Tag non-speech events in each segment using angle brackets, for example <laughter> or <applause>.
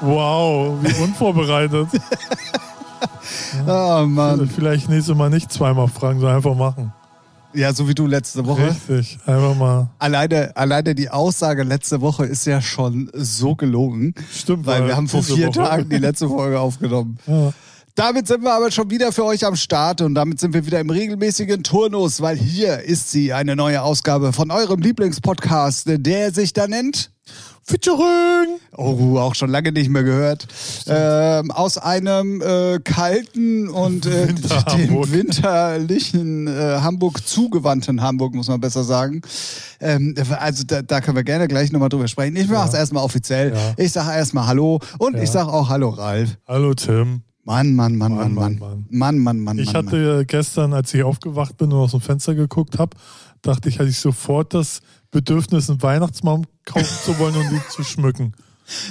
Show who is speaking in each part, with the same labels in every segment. Speaker 1: Wow, wie <laughs> unvorbereitet. Also
Speaker 2: Oh Mann.
Speaker 1: Vielleicht nächstes Mal nicht zweimal fragen, sondern einfach machen.
Speaker 2: <laughs> Ja, so wie du letzte Woche.
Speaker 1: Richtig, einfach mal.
Speaker 2: Alleine, alleine die Aussage letzte Woche ist ja schon so gelogen.
Speaker 1: Stimmt,
Speaker 2: Weil wir haben vor
Speaker 1: diese
Speaker 2: vier
Speaker 1: Woche-
Speaker 2: Tagen die letzte Folge aufgenommen.
Speaker 1: Ja.
Speaker 2: Damit sind wir aber schon wieder für euch am Start und damit sind wir wieder im regelmäßigen Turnus, weil hier ist sie, eine neue Ausgabe von eurem Lieblingspodcast, der sich da nennt.
Speaker 1: Featuring!
Speaker 2: Oh, auch schon lange nicht mehr gehört. Ähm, aus einem äh, kalten und
Speaker 1: <laughs>
Speaker 2: äh,
Speaker 1: Winter Hamburg.
Speaker 2: <laughs> dem winterlichen äh, Hamburg zugewandten Hamburg, muss man besser sagen. Ähm, also da, da können wir gerne gleich nochmal drüber sprechen. Ich mache es erstmal offiziell.
Speaker 1: Ja.
Speaker 2: Ich sage erstmal Hallo und ich
Speaker 1: Ja.
Speaker 2: sage auch Hallo Ralf.
Speaker 1: Hallo Tim.
Speaker 2: Mann, Mann, Mann,
Speaker 1: Mann,
Speaker 2: Mann, Mann.
Speaker 1: Mann,
Speaker 2: Mann, Mann, Mann.
Speaker 1: Ich
Speaker 2: Mann,
Speaker 1: hatte äh, gestern, als ich aufgewacht bin und aus dem Fenster geguckt habe, dachte ich, hatte ich sofort das Bedürfnis, einen Weihnachtsbaum kaufen zu wollen und ihn zu schmücken.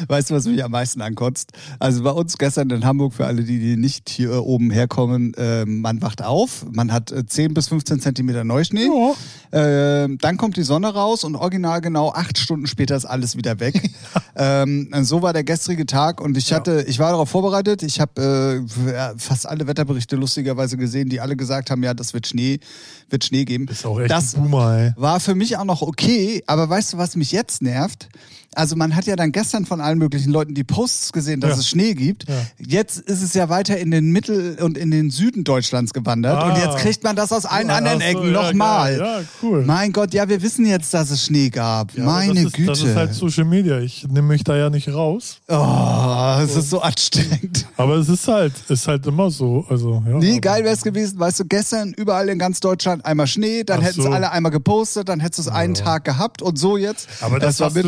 Speaker 2: Weißt du, was mich am meisten ankotzt? Also bei uns gestern in Hamburg, für alle, die, die nicht hier oben herkommen, äh, man wacht auf, man hat äh, 10 bis 15 Zentimeter Neuschnee, ähm, dann kommt die Sonne raus und original genau acht Stunden später ist alles
Speaker 1: <laughs>
Speaker 2: wieder weg. ähm, so war der gestrige Tag und ich hatte, ich war darauf vorbereitet, ich habe äh, ja, fast alle Wetterberichte lustigerweise gesehen, die alle gesagt haben, ja, das wird Schnee, wird Schnee geben.
Speaker 1: Ist auch echt
Speaker 2: das
Speaker 1: ein Boomer, ey.
Speaker 2: war für mich auch noch okay, aber weißt du, was mich jetzt nervt? Also man hat ja dann gestern von allen möglichen Leuten die Posts gesehen, dass
Speaker 1: Ja.
Speaker 2: es Schnee gibt.
Speaker 1: Ja.
Speaker 2: Jetzt ist es ja weiter in den Mittel- und in den Süden Deutschlands gewandert
Speaker 1: Ah.
Speaker 2: und jetzt kriegt man das aus allen
Speaker 1: Ach
Speaker 2: anderen
Speaker 1: so,
Speaker 2: Ecken
Speaker 1: ja,
Speaker 2: nochmal.
Speaker 1: geil. Ja, cool.
Speaker 2: Mein Gott, ja, wir wissen jetzt, dass es Schnee gab.
Speaker 1: Ja, aber
Speaker 2: Meine
Speaker 1: das ist,
Speaker 2: Güte.
Speaker 1: Das ist halt Social Media. Ich nehme mich da ja nicht raus.
Speaker 2: oh, es ist so
Speaker 1: <laughs>
Speaker 2: anstrengend.
Speaker 1: Aber es ist halt, ist halt immer so. Also, ja,
Speaker 2: Nee,
Speaker 1: aber-
Speaker 2: geil wäre es gewesen, weißt du, gestern überall in ganz Deutschland einmal Schnee, dann
Speaker 1: Ach
Speaker 2: hätten es
Speaker 1: so.
Speaker 2: alle einmal gepostet, dann hättest du es einen Tag gehabt und so jetzt.
Speaker 1: Aber das,
Speaker 2: das war
Speaker 1: hast du nie.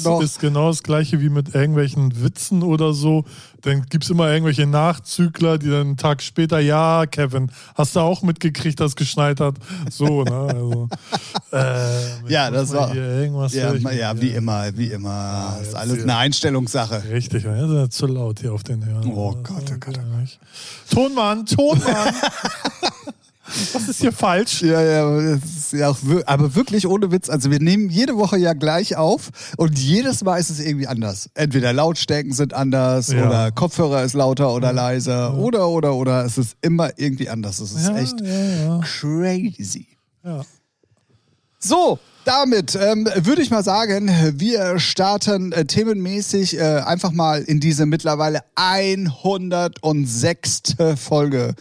Speaker 1: das ist,
Speaker 2: noch.
Speaker 1: ist genau das gleiche wie mit irgendwelchen Witzen oder so. Dann gibt es immer irgendwelche Nachzügler, die dann einen Tag später, ja, Kevin, hast du auch mitgekriegt, dass es geschneit hat? So, ne?
Speaker 2: <laughs>
Speaker 1: Also, ähm, ich
Speaker 2: Ja,
Speaker 1: muss
Speaker 2: das
Speaker 1: mal
Speaker 2: war-
Speaker 1: Hier irgendwas
Speaker 2: Ja,
Speaker 1: höre ich
Speaker 2: ma-
Speaker 1: mit
Speaker 2: ja,
Speaker 1: dir. Ah,
Speaker 2: wie immer, wie immer. ist
Speaker 1: jetzt
Speaker 2: alles
Speaker 1: hier.
Speaker 2: eine Einstellungssache.
Speaker 1: Richtig, ja, das ist ja zu laut hier auf den Hörern. ne?
Speaker 2: Oh Gott, oh Gott,
Speaker 1: Tonmann,
Speaker 2: <laughs>
Speaker 1: Tonmann! Was ist hier falsch?
Speaker 2: Ja, ja, das ist ja auch, wir- aber wirklich ohne Witz. Also wir nehmen jede Woche ja gleich auf und jedes Mal ist es irgendwie anders. Entweder Lautstärken sind anders
Speaker 1: Ja.
Speaker 2: oder Kopfhörer ist lauter oder leiser oder, oder, oder. Es ist immer irgendwie anders. Es ist
Speaker 1: Ja,
Speaker 2: echt
Speaker 1: ja, ja.
Speaker 2: crazy.
Speaker 1: Ja.
Speaker 2: So, damit ähm, würde ich mal sagen, wir starten äh, themenmäßig äh, einfach mal in diese mittlerweile 106. Folge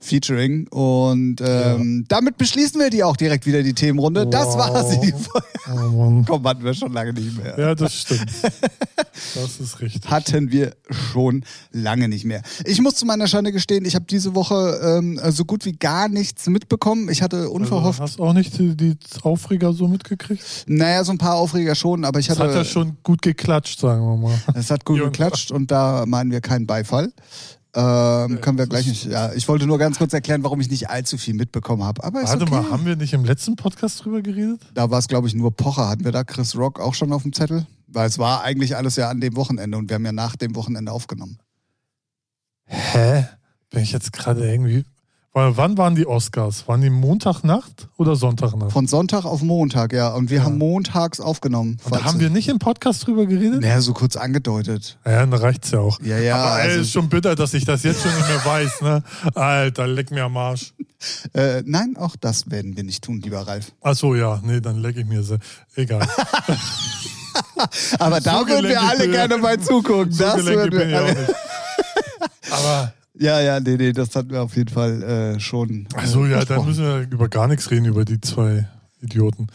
Speaker 2: Featuring. Und ähm, damit beschließen wir die auch direkt wieder, die Themenrunde. Das
Speaker 1: Wow.
Speaker 2: war sie.
Speaker 1: Oh Mann.
Speaker 2: Komm, hatten wir schon lange nicht mehr.
Speaker 1: ja, das
Speaker 2: <laughs>
Speaker 1: stimmt. Das ist richtig.
Speaker 2: Hatten wir schon lange nicht mehr. Ich muss zu meiner Schande gestehen, ich habe diese Woche ähm, so gut wie gar nichts mitbekommen. Ich hatte unverhofft,
Speaker 1: Also, hast auch nicht die, die Aufreger so mitgekriegt?
Speaker 2: naja, so ein paar Aufreger schon, aber ich
Speaker 1: Das
Speaker 2: hatte.
Speaker 1: hat er schon gut geklatscht, sagen wir mal.
Speaker 2: Es hat gut
Speaker 1: Jung.
Speaker 2: geklatscht und da meinen wir keinen Beifall. Ähm, können wir gleich nicht. Ja, ich wollte nur ganz kurz erklären, warum ich nicht allzu viel mitbekommen habe. Aber ist
Speaker 1: Warte
Speaker 2: okay.
Speaker 1: mal, haben wir nicht im letzten Podcast drüber geredet?
Speaker 2: da war es, glaube ich, nur Pocher. Hatten wir da Chris Rock auch schon auf dem Zettel? Weil es war eigentlich alles ja an dem Wochenende und wir haben ja nach dem Wochenende aufgenommen.
Speaker 1: Hä? Bin ich jetzt gerade irgendwie. Weil wann waren die Oscars? Waren die Montagnacht oder Sonntagnacht?
Speaker 2: Von Sonntag auf Montag, ja. Und wir haben montags aufgenommen.
Speaker 1: Und da haben wir nicht im Podcast drüber geredet?
Speaker 2: naja, so kurz angedeutet.
Speaker 1: Ja, dann reicht's ja auch.
Speaker 2: Ja, ja,
Speaker 1: Aber ey,
Speaker 2: also-
Speaker 1: ist schon bitter, dass ich das jetzt schon nicht mehr weiß, ne? Alter, leck mir am Arsch.
Speaker 2: Äh, nein, auch das werden wir nicht tun, lieber Ralf.
Speaker 1: Ach so, ja, nee, dann leck ich mir sie. Egal.
Speaker 2: Aber da würden wir
Speaker 1: gelenkig
Speaker 2: alle
Speaker 1: bin-
Speaker 2: gerne mal zugucken.
Speaker 1: So
Speaker 2: das
Speaker 1: gelenkig
Speaker 2: würden
Speaker 1: bin ich
Speaker 2: wir
Speaker 1: auch
Speaker 2: alle.
Speaker 1: nicht. Aber
Speaker 2: Ja, ja, nee, nee, das hatten wir auf jeden Fall äh, schon. äh,
Speaker 1: Also ja, dann
Speaker 2: besprochen.
Speaker 1: müssen wir über gar nichts reden, über die zwei Idioten.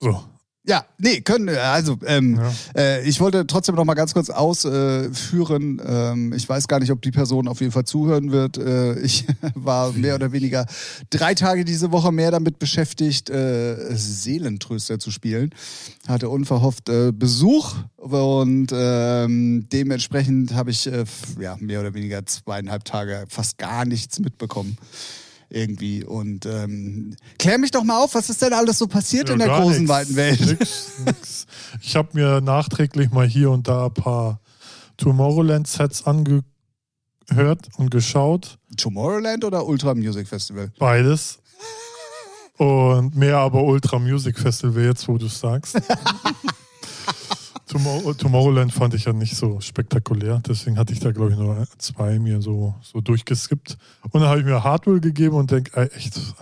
Speaker 1: So.
Speaker 2: Ja, nee, können, äh, also, ähm,
Speaker 1: Ja.
Speaker 2: äh, ich wollte trotzdem noch mal ganz kurz ausführen. Ähm, ich weiß gar nicht, ob die Person auf jeden Fall zuhören wird. Äh, ich <laughs> war mehr oder weniger drei Tage diese Woche mehr damit beschäftigt, äh, Seelentröster zu spielen. Hatte unverhofft äh, Besuch und ähm, dementsprechend habe ich äh, f- ja, mehr oder weniger zweieinhalb Tage fast gar nichts mitbekommen. Irgendwie. Und ähm, klär mich doch mal auf, was ist denn alles so passiert in der
Speaker 1: gar
Speaker 2: großen,
Speaker 1: nix.
Speaker 2: weiten Welt?
Speaker 1: Nix, nix. Ich habe mir nachträglich mal hier und da ein paar Tomorrowland-Sets angehört und geschaut.
Speaker 2: Tomorrowland oder Ultra Music Festival?
Speaker 1: Beides. Und mehr aber Ultra Music Festival, jetzt wo du es sagst. Tomorrow, äh, Tomorrowland fand ich ja nicht so spektakulär. Deswegen hatte ich da, glaube ich, nur zwei mir so, so durchgeskippt. Und dann habe ich mir Hardware gegeben und denke, echt, das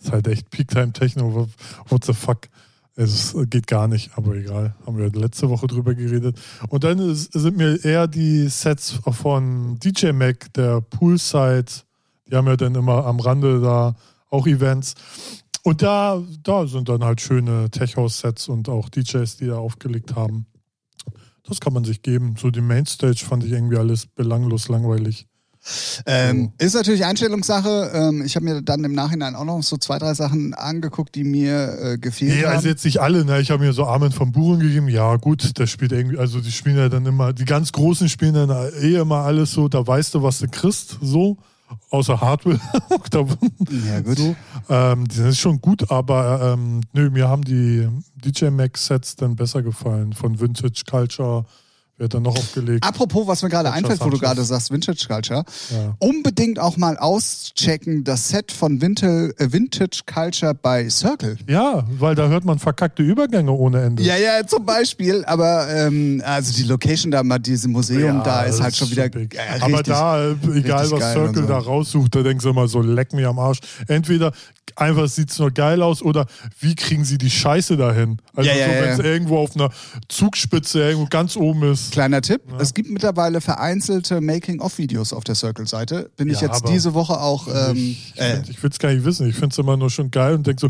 Speaker 1: ist halt echt Peak-Time-Techno. What the fuck? Es geht gar nicht, aber egal. Haben wir letzte Woche drüber geredet. Und dann ist, sind mir eher die Sets von DJ Mac, der Poolside, die haben ja dann immer am Rande da auch Events. Und da, da sind dann halt schöne Tech-House-Sets und auch DJs, die da aufgelegt haben. Das kann man sich geben. So die Mainstage fand ich irgendwie alles belanglos langweilig.
Speaker 2: Ähm, ist natürlich Einstellungssache. Ähm, ich habe mir dann im Nachhinein auch noch so zwei, drei Sachen angeguckt, die mir äh, gefehlt
Speaker 1: Nee,
Speaker 2: haben.
Speaker 1: also jetzt nicht alle. Ne? Ich habe mir so Armin von Buren gegeben. Ja, gut, der spielt irgendwie, also die spielen ja dann immer, die ganz Großen spielen dann eh immer alles so, da weißt du, was du kriegst, so. Außer Hardware. <laughs> da,
Speaker 2: ja, gut.
Speaker 1: So, ähm, die sind schon gut, aber ähm, nö, mir haben die DJ Max Sets dann besser gefallen. Von Vintage Culture wird dann noch aufgelegt.
Speaker 2: Apropos, was mir gerade
Speaker 1: Culture
Speaker 2: einfällt, wo du
Speaker 1: Sanchez.
Speaker 2: gerade sagst, Vintage Culture.
Speaker 1: Ja.
Speaker 2: Unbedingt auch mal auschecken, das Set von Vintage, äh, Vintage Culture bei Circle.
Speaker 1: ja, weil da hört man verkackte Übergänge ohne Ende.
Speaker 2: Ja, ja, zum Beispiel, aber ähm, also die Location da mal, diesem Museum
Speaker 1: Ja,
Speaker 2: da ist
Speaker 1: das
Speaker 2: halt schon wieder
Speaker 1: big.
Speaker 2: äh,
Speaker 1: Aber
Speaker 2: richtig.
Speaker 1: da, äh, egal
Speaker 2: richtig
Speaker 1: was
Speaker 2: geil
Speaker 1: Circle
Speaker 2: und so.
Speaker 1: da raussucht, da denkst du immer so, leck mich am Arsch. Entweder einfach sieht es nur geil aus oder wie kriegen sie die Scheiße dahin? Also
Speaker 2: Ja, ja,
Speaker 1: so,
Speaker 2: ja,
Speaker 1: wenn es
Speaker 2: ja.
Speaker 1: irgendwo auf einer Zugspitze irgendwo ganz oben ist.
Speaker 2: Kleiner Tipp, es gibt mittlerweile vereinzelte Making-of-Videos auf der Circle-Seite. Bin ich
Speaker 1: Ja,
Speaker 2: jetzt
Speaker 1: aber
Speaker 2: diese Woche auch, ähm,
Speaker 1: Also ich
Speaker 2: äh,
Speaker 1: find- ich will es gar nicht wissen. Ich finde es immer nur schon geil und denke so,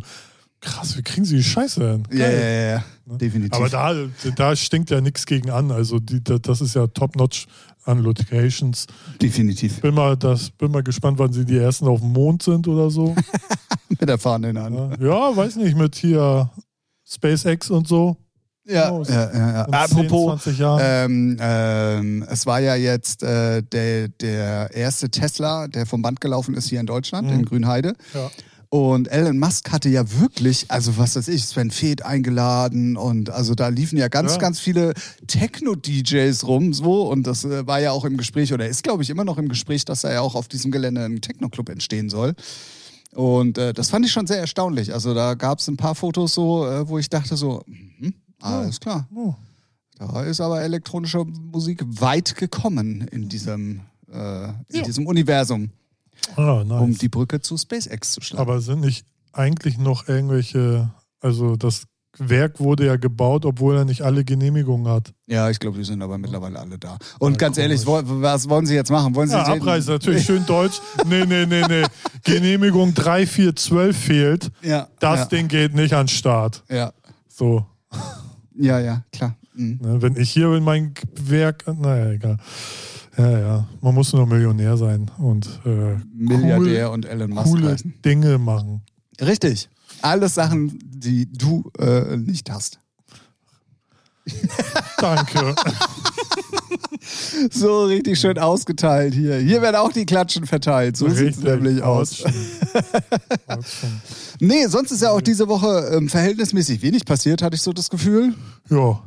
Speaker 1: krass, wie kriegen sie die Scheiße hin?
Speaker 2: ja,
Speaker 1: Geil.
Speaker 2: ja, ja, ja, definitiv.
Speaker 1: Aber da, da stinkt ja nichts gegen an. Also die, da- das ist ja top-notch an Locations.
Speaker 2: definitiv.
Speaker 1: Bin mal, das, bin mal gespannt, wann sie die ersten auf dem Mond sind oder so.
Speaker 2: <laughs> Mit der Fahne in der Hand.
Speaker 1: Ja, ja weiß nicht, mit hier SpaceX und so.
Speaker 2: Ja,
Speaker 1: Genau.
Speaker 2: ja, ja, ja.
Speaker 1: In
Speaker 2: Apropos,
Speaker 1: 10, 20 Jahren.
Speaker 2: ähm, ähm, es war ja jetzt äh, der, der erste Tesla, der vom Band gelaufen ist hier in Deutschland, in Grünheide.
Speaker 1: Mhm. Ja.
Speaker 2: Und Elon Musk hatte ja wirklich, also was weiß ich, Sven Feth eingeladen und also da liefen ja ganz,
Speaker 1: Ja.
Speaker 2: ganz viele Techno-DJs rum so und das äh, war ja auch im Gespräch oder ist glaube ich immer noch im Gespräch, dass da ja auch auf diesem Gelände ein Techno-Club entstehen soll. Und äh, das fand ich schon sehr erstaunlich. Also da gab es ein paar Fotos so, äh, wo ich dachte so, mhm, alles klar.
Speaker 1: Oh.
Speaker 2: Da ist aber elektronische Musik weit gekommen in diesem, äh, in
Speaker 1: Ja.
Speaker 2: diesem Universum,
Speaker 1: Ah, nice.
Speaker 2: um die Brücke zu SpaceX zu schlagen.
Speaker 1: Aber sind nicht eigentlich noch irgendwelche, also das Werk wurde ja gebaut, obwohl er nicht alle Genehmigungen hat.
Speaker 2: Ja, ich glaube, die sind aber mittlerweile alle da. Und
Speaker 1: Ja,
Speaker 2: ganz ehrlich, wo,
Speaker 1: komisch.
Speaker 2: was wollen sie jetzt machen? Wollen sie
Speaker 1: Ja,
Speaker 2: den-
Speaker 1: Abreise natürlich schön deutsch. Nee, nee, nee,
Speaker 2: <laughs>
Speaker 1: nee. Genehmigung 3, 4, 12 fehlt.
Speaker 2: Ja,
Speaker 1: Das
Speaker 2: ja,
Speaker 1: Ding geht nicht an den Start.
Speaker 2: Ja,
Speaker 1: So.
Speaker 2: ja, ja, klar. Mhm.
Speaker 1: Ne? Wenn ich hier in mein Werk, naja, egal. Ja, ja. Man muss nur Millionär sein und äh,
Speaker 2: Milliardär und Elon Musk.
Speaker 1: coole
Speaker 2: heißen.
Speaker 1: Dinge machen.
Speaker 2: Richtig. Alles Sachen, die du äh, nicht hast.
Speaker 1: Danke.
Speaker 2: So richtig schön ausgeteilt hier. Hier werden auch die Klatschen verteilt. <laughs> So sieht es
Speaker 1: Richtig
Speaker 2: nämlich aus.
Speaker 1: ausschön. Ausschön.
Speaker 2: Nee, sonst ist ja auch diese Woche ähm, verhältnismäßig wenig passiert, hatte ich so das Gefühl.
Speaker 1: Ja.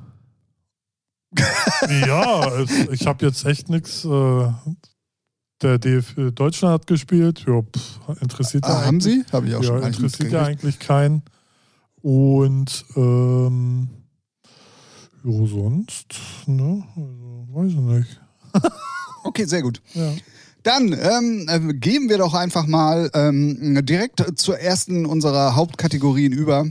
Speaker 1: ja, es, ich habe jetzt echt nichts. Äh, der DFB Deutschland hat gespielt. Ja, pff, interessiert ja
Speaker 2: Ah, haben
Speaker 1: eigentlich-
Speaker 2: sie? Habe ich auch schon
Speaker 1: Ja,
Speaker 2: gar nicht
Speaker 1: interessiert ja
Speaker 2: mitgekriegt.
Speaker 1: eigentlich keinen. Und ähm, ja, sonst, ne? Also, weiß ich nicht.
Speaker 2: Okay, sehr gut.
Speaker 1: Ja.
Speaker 2: Dann ähm, äh, gehen wir doch einfach mal ähm, direkt zur ersten unserer Hauptkategorien über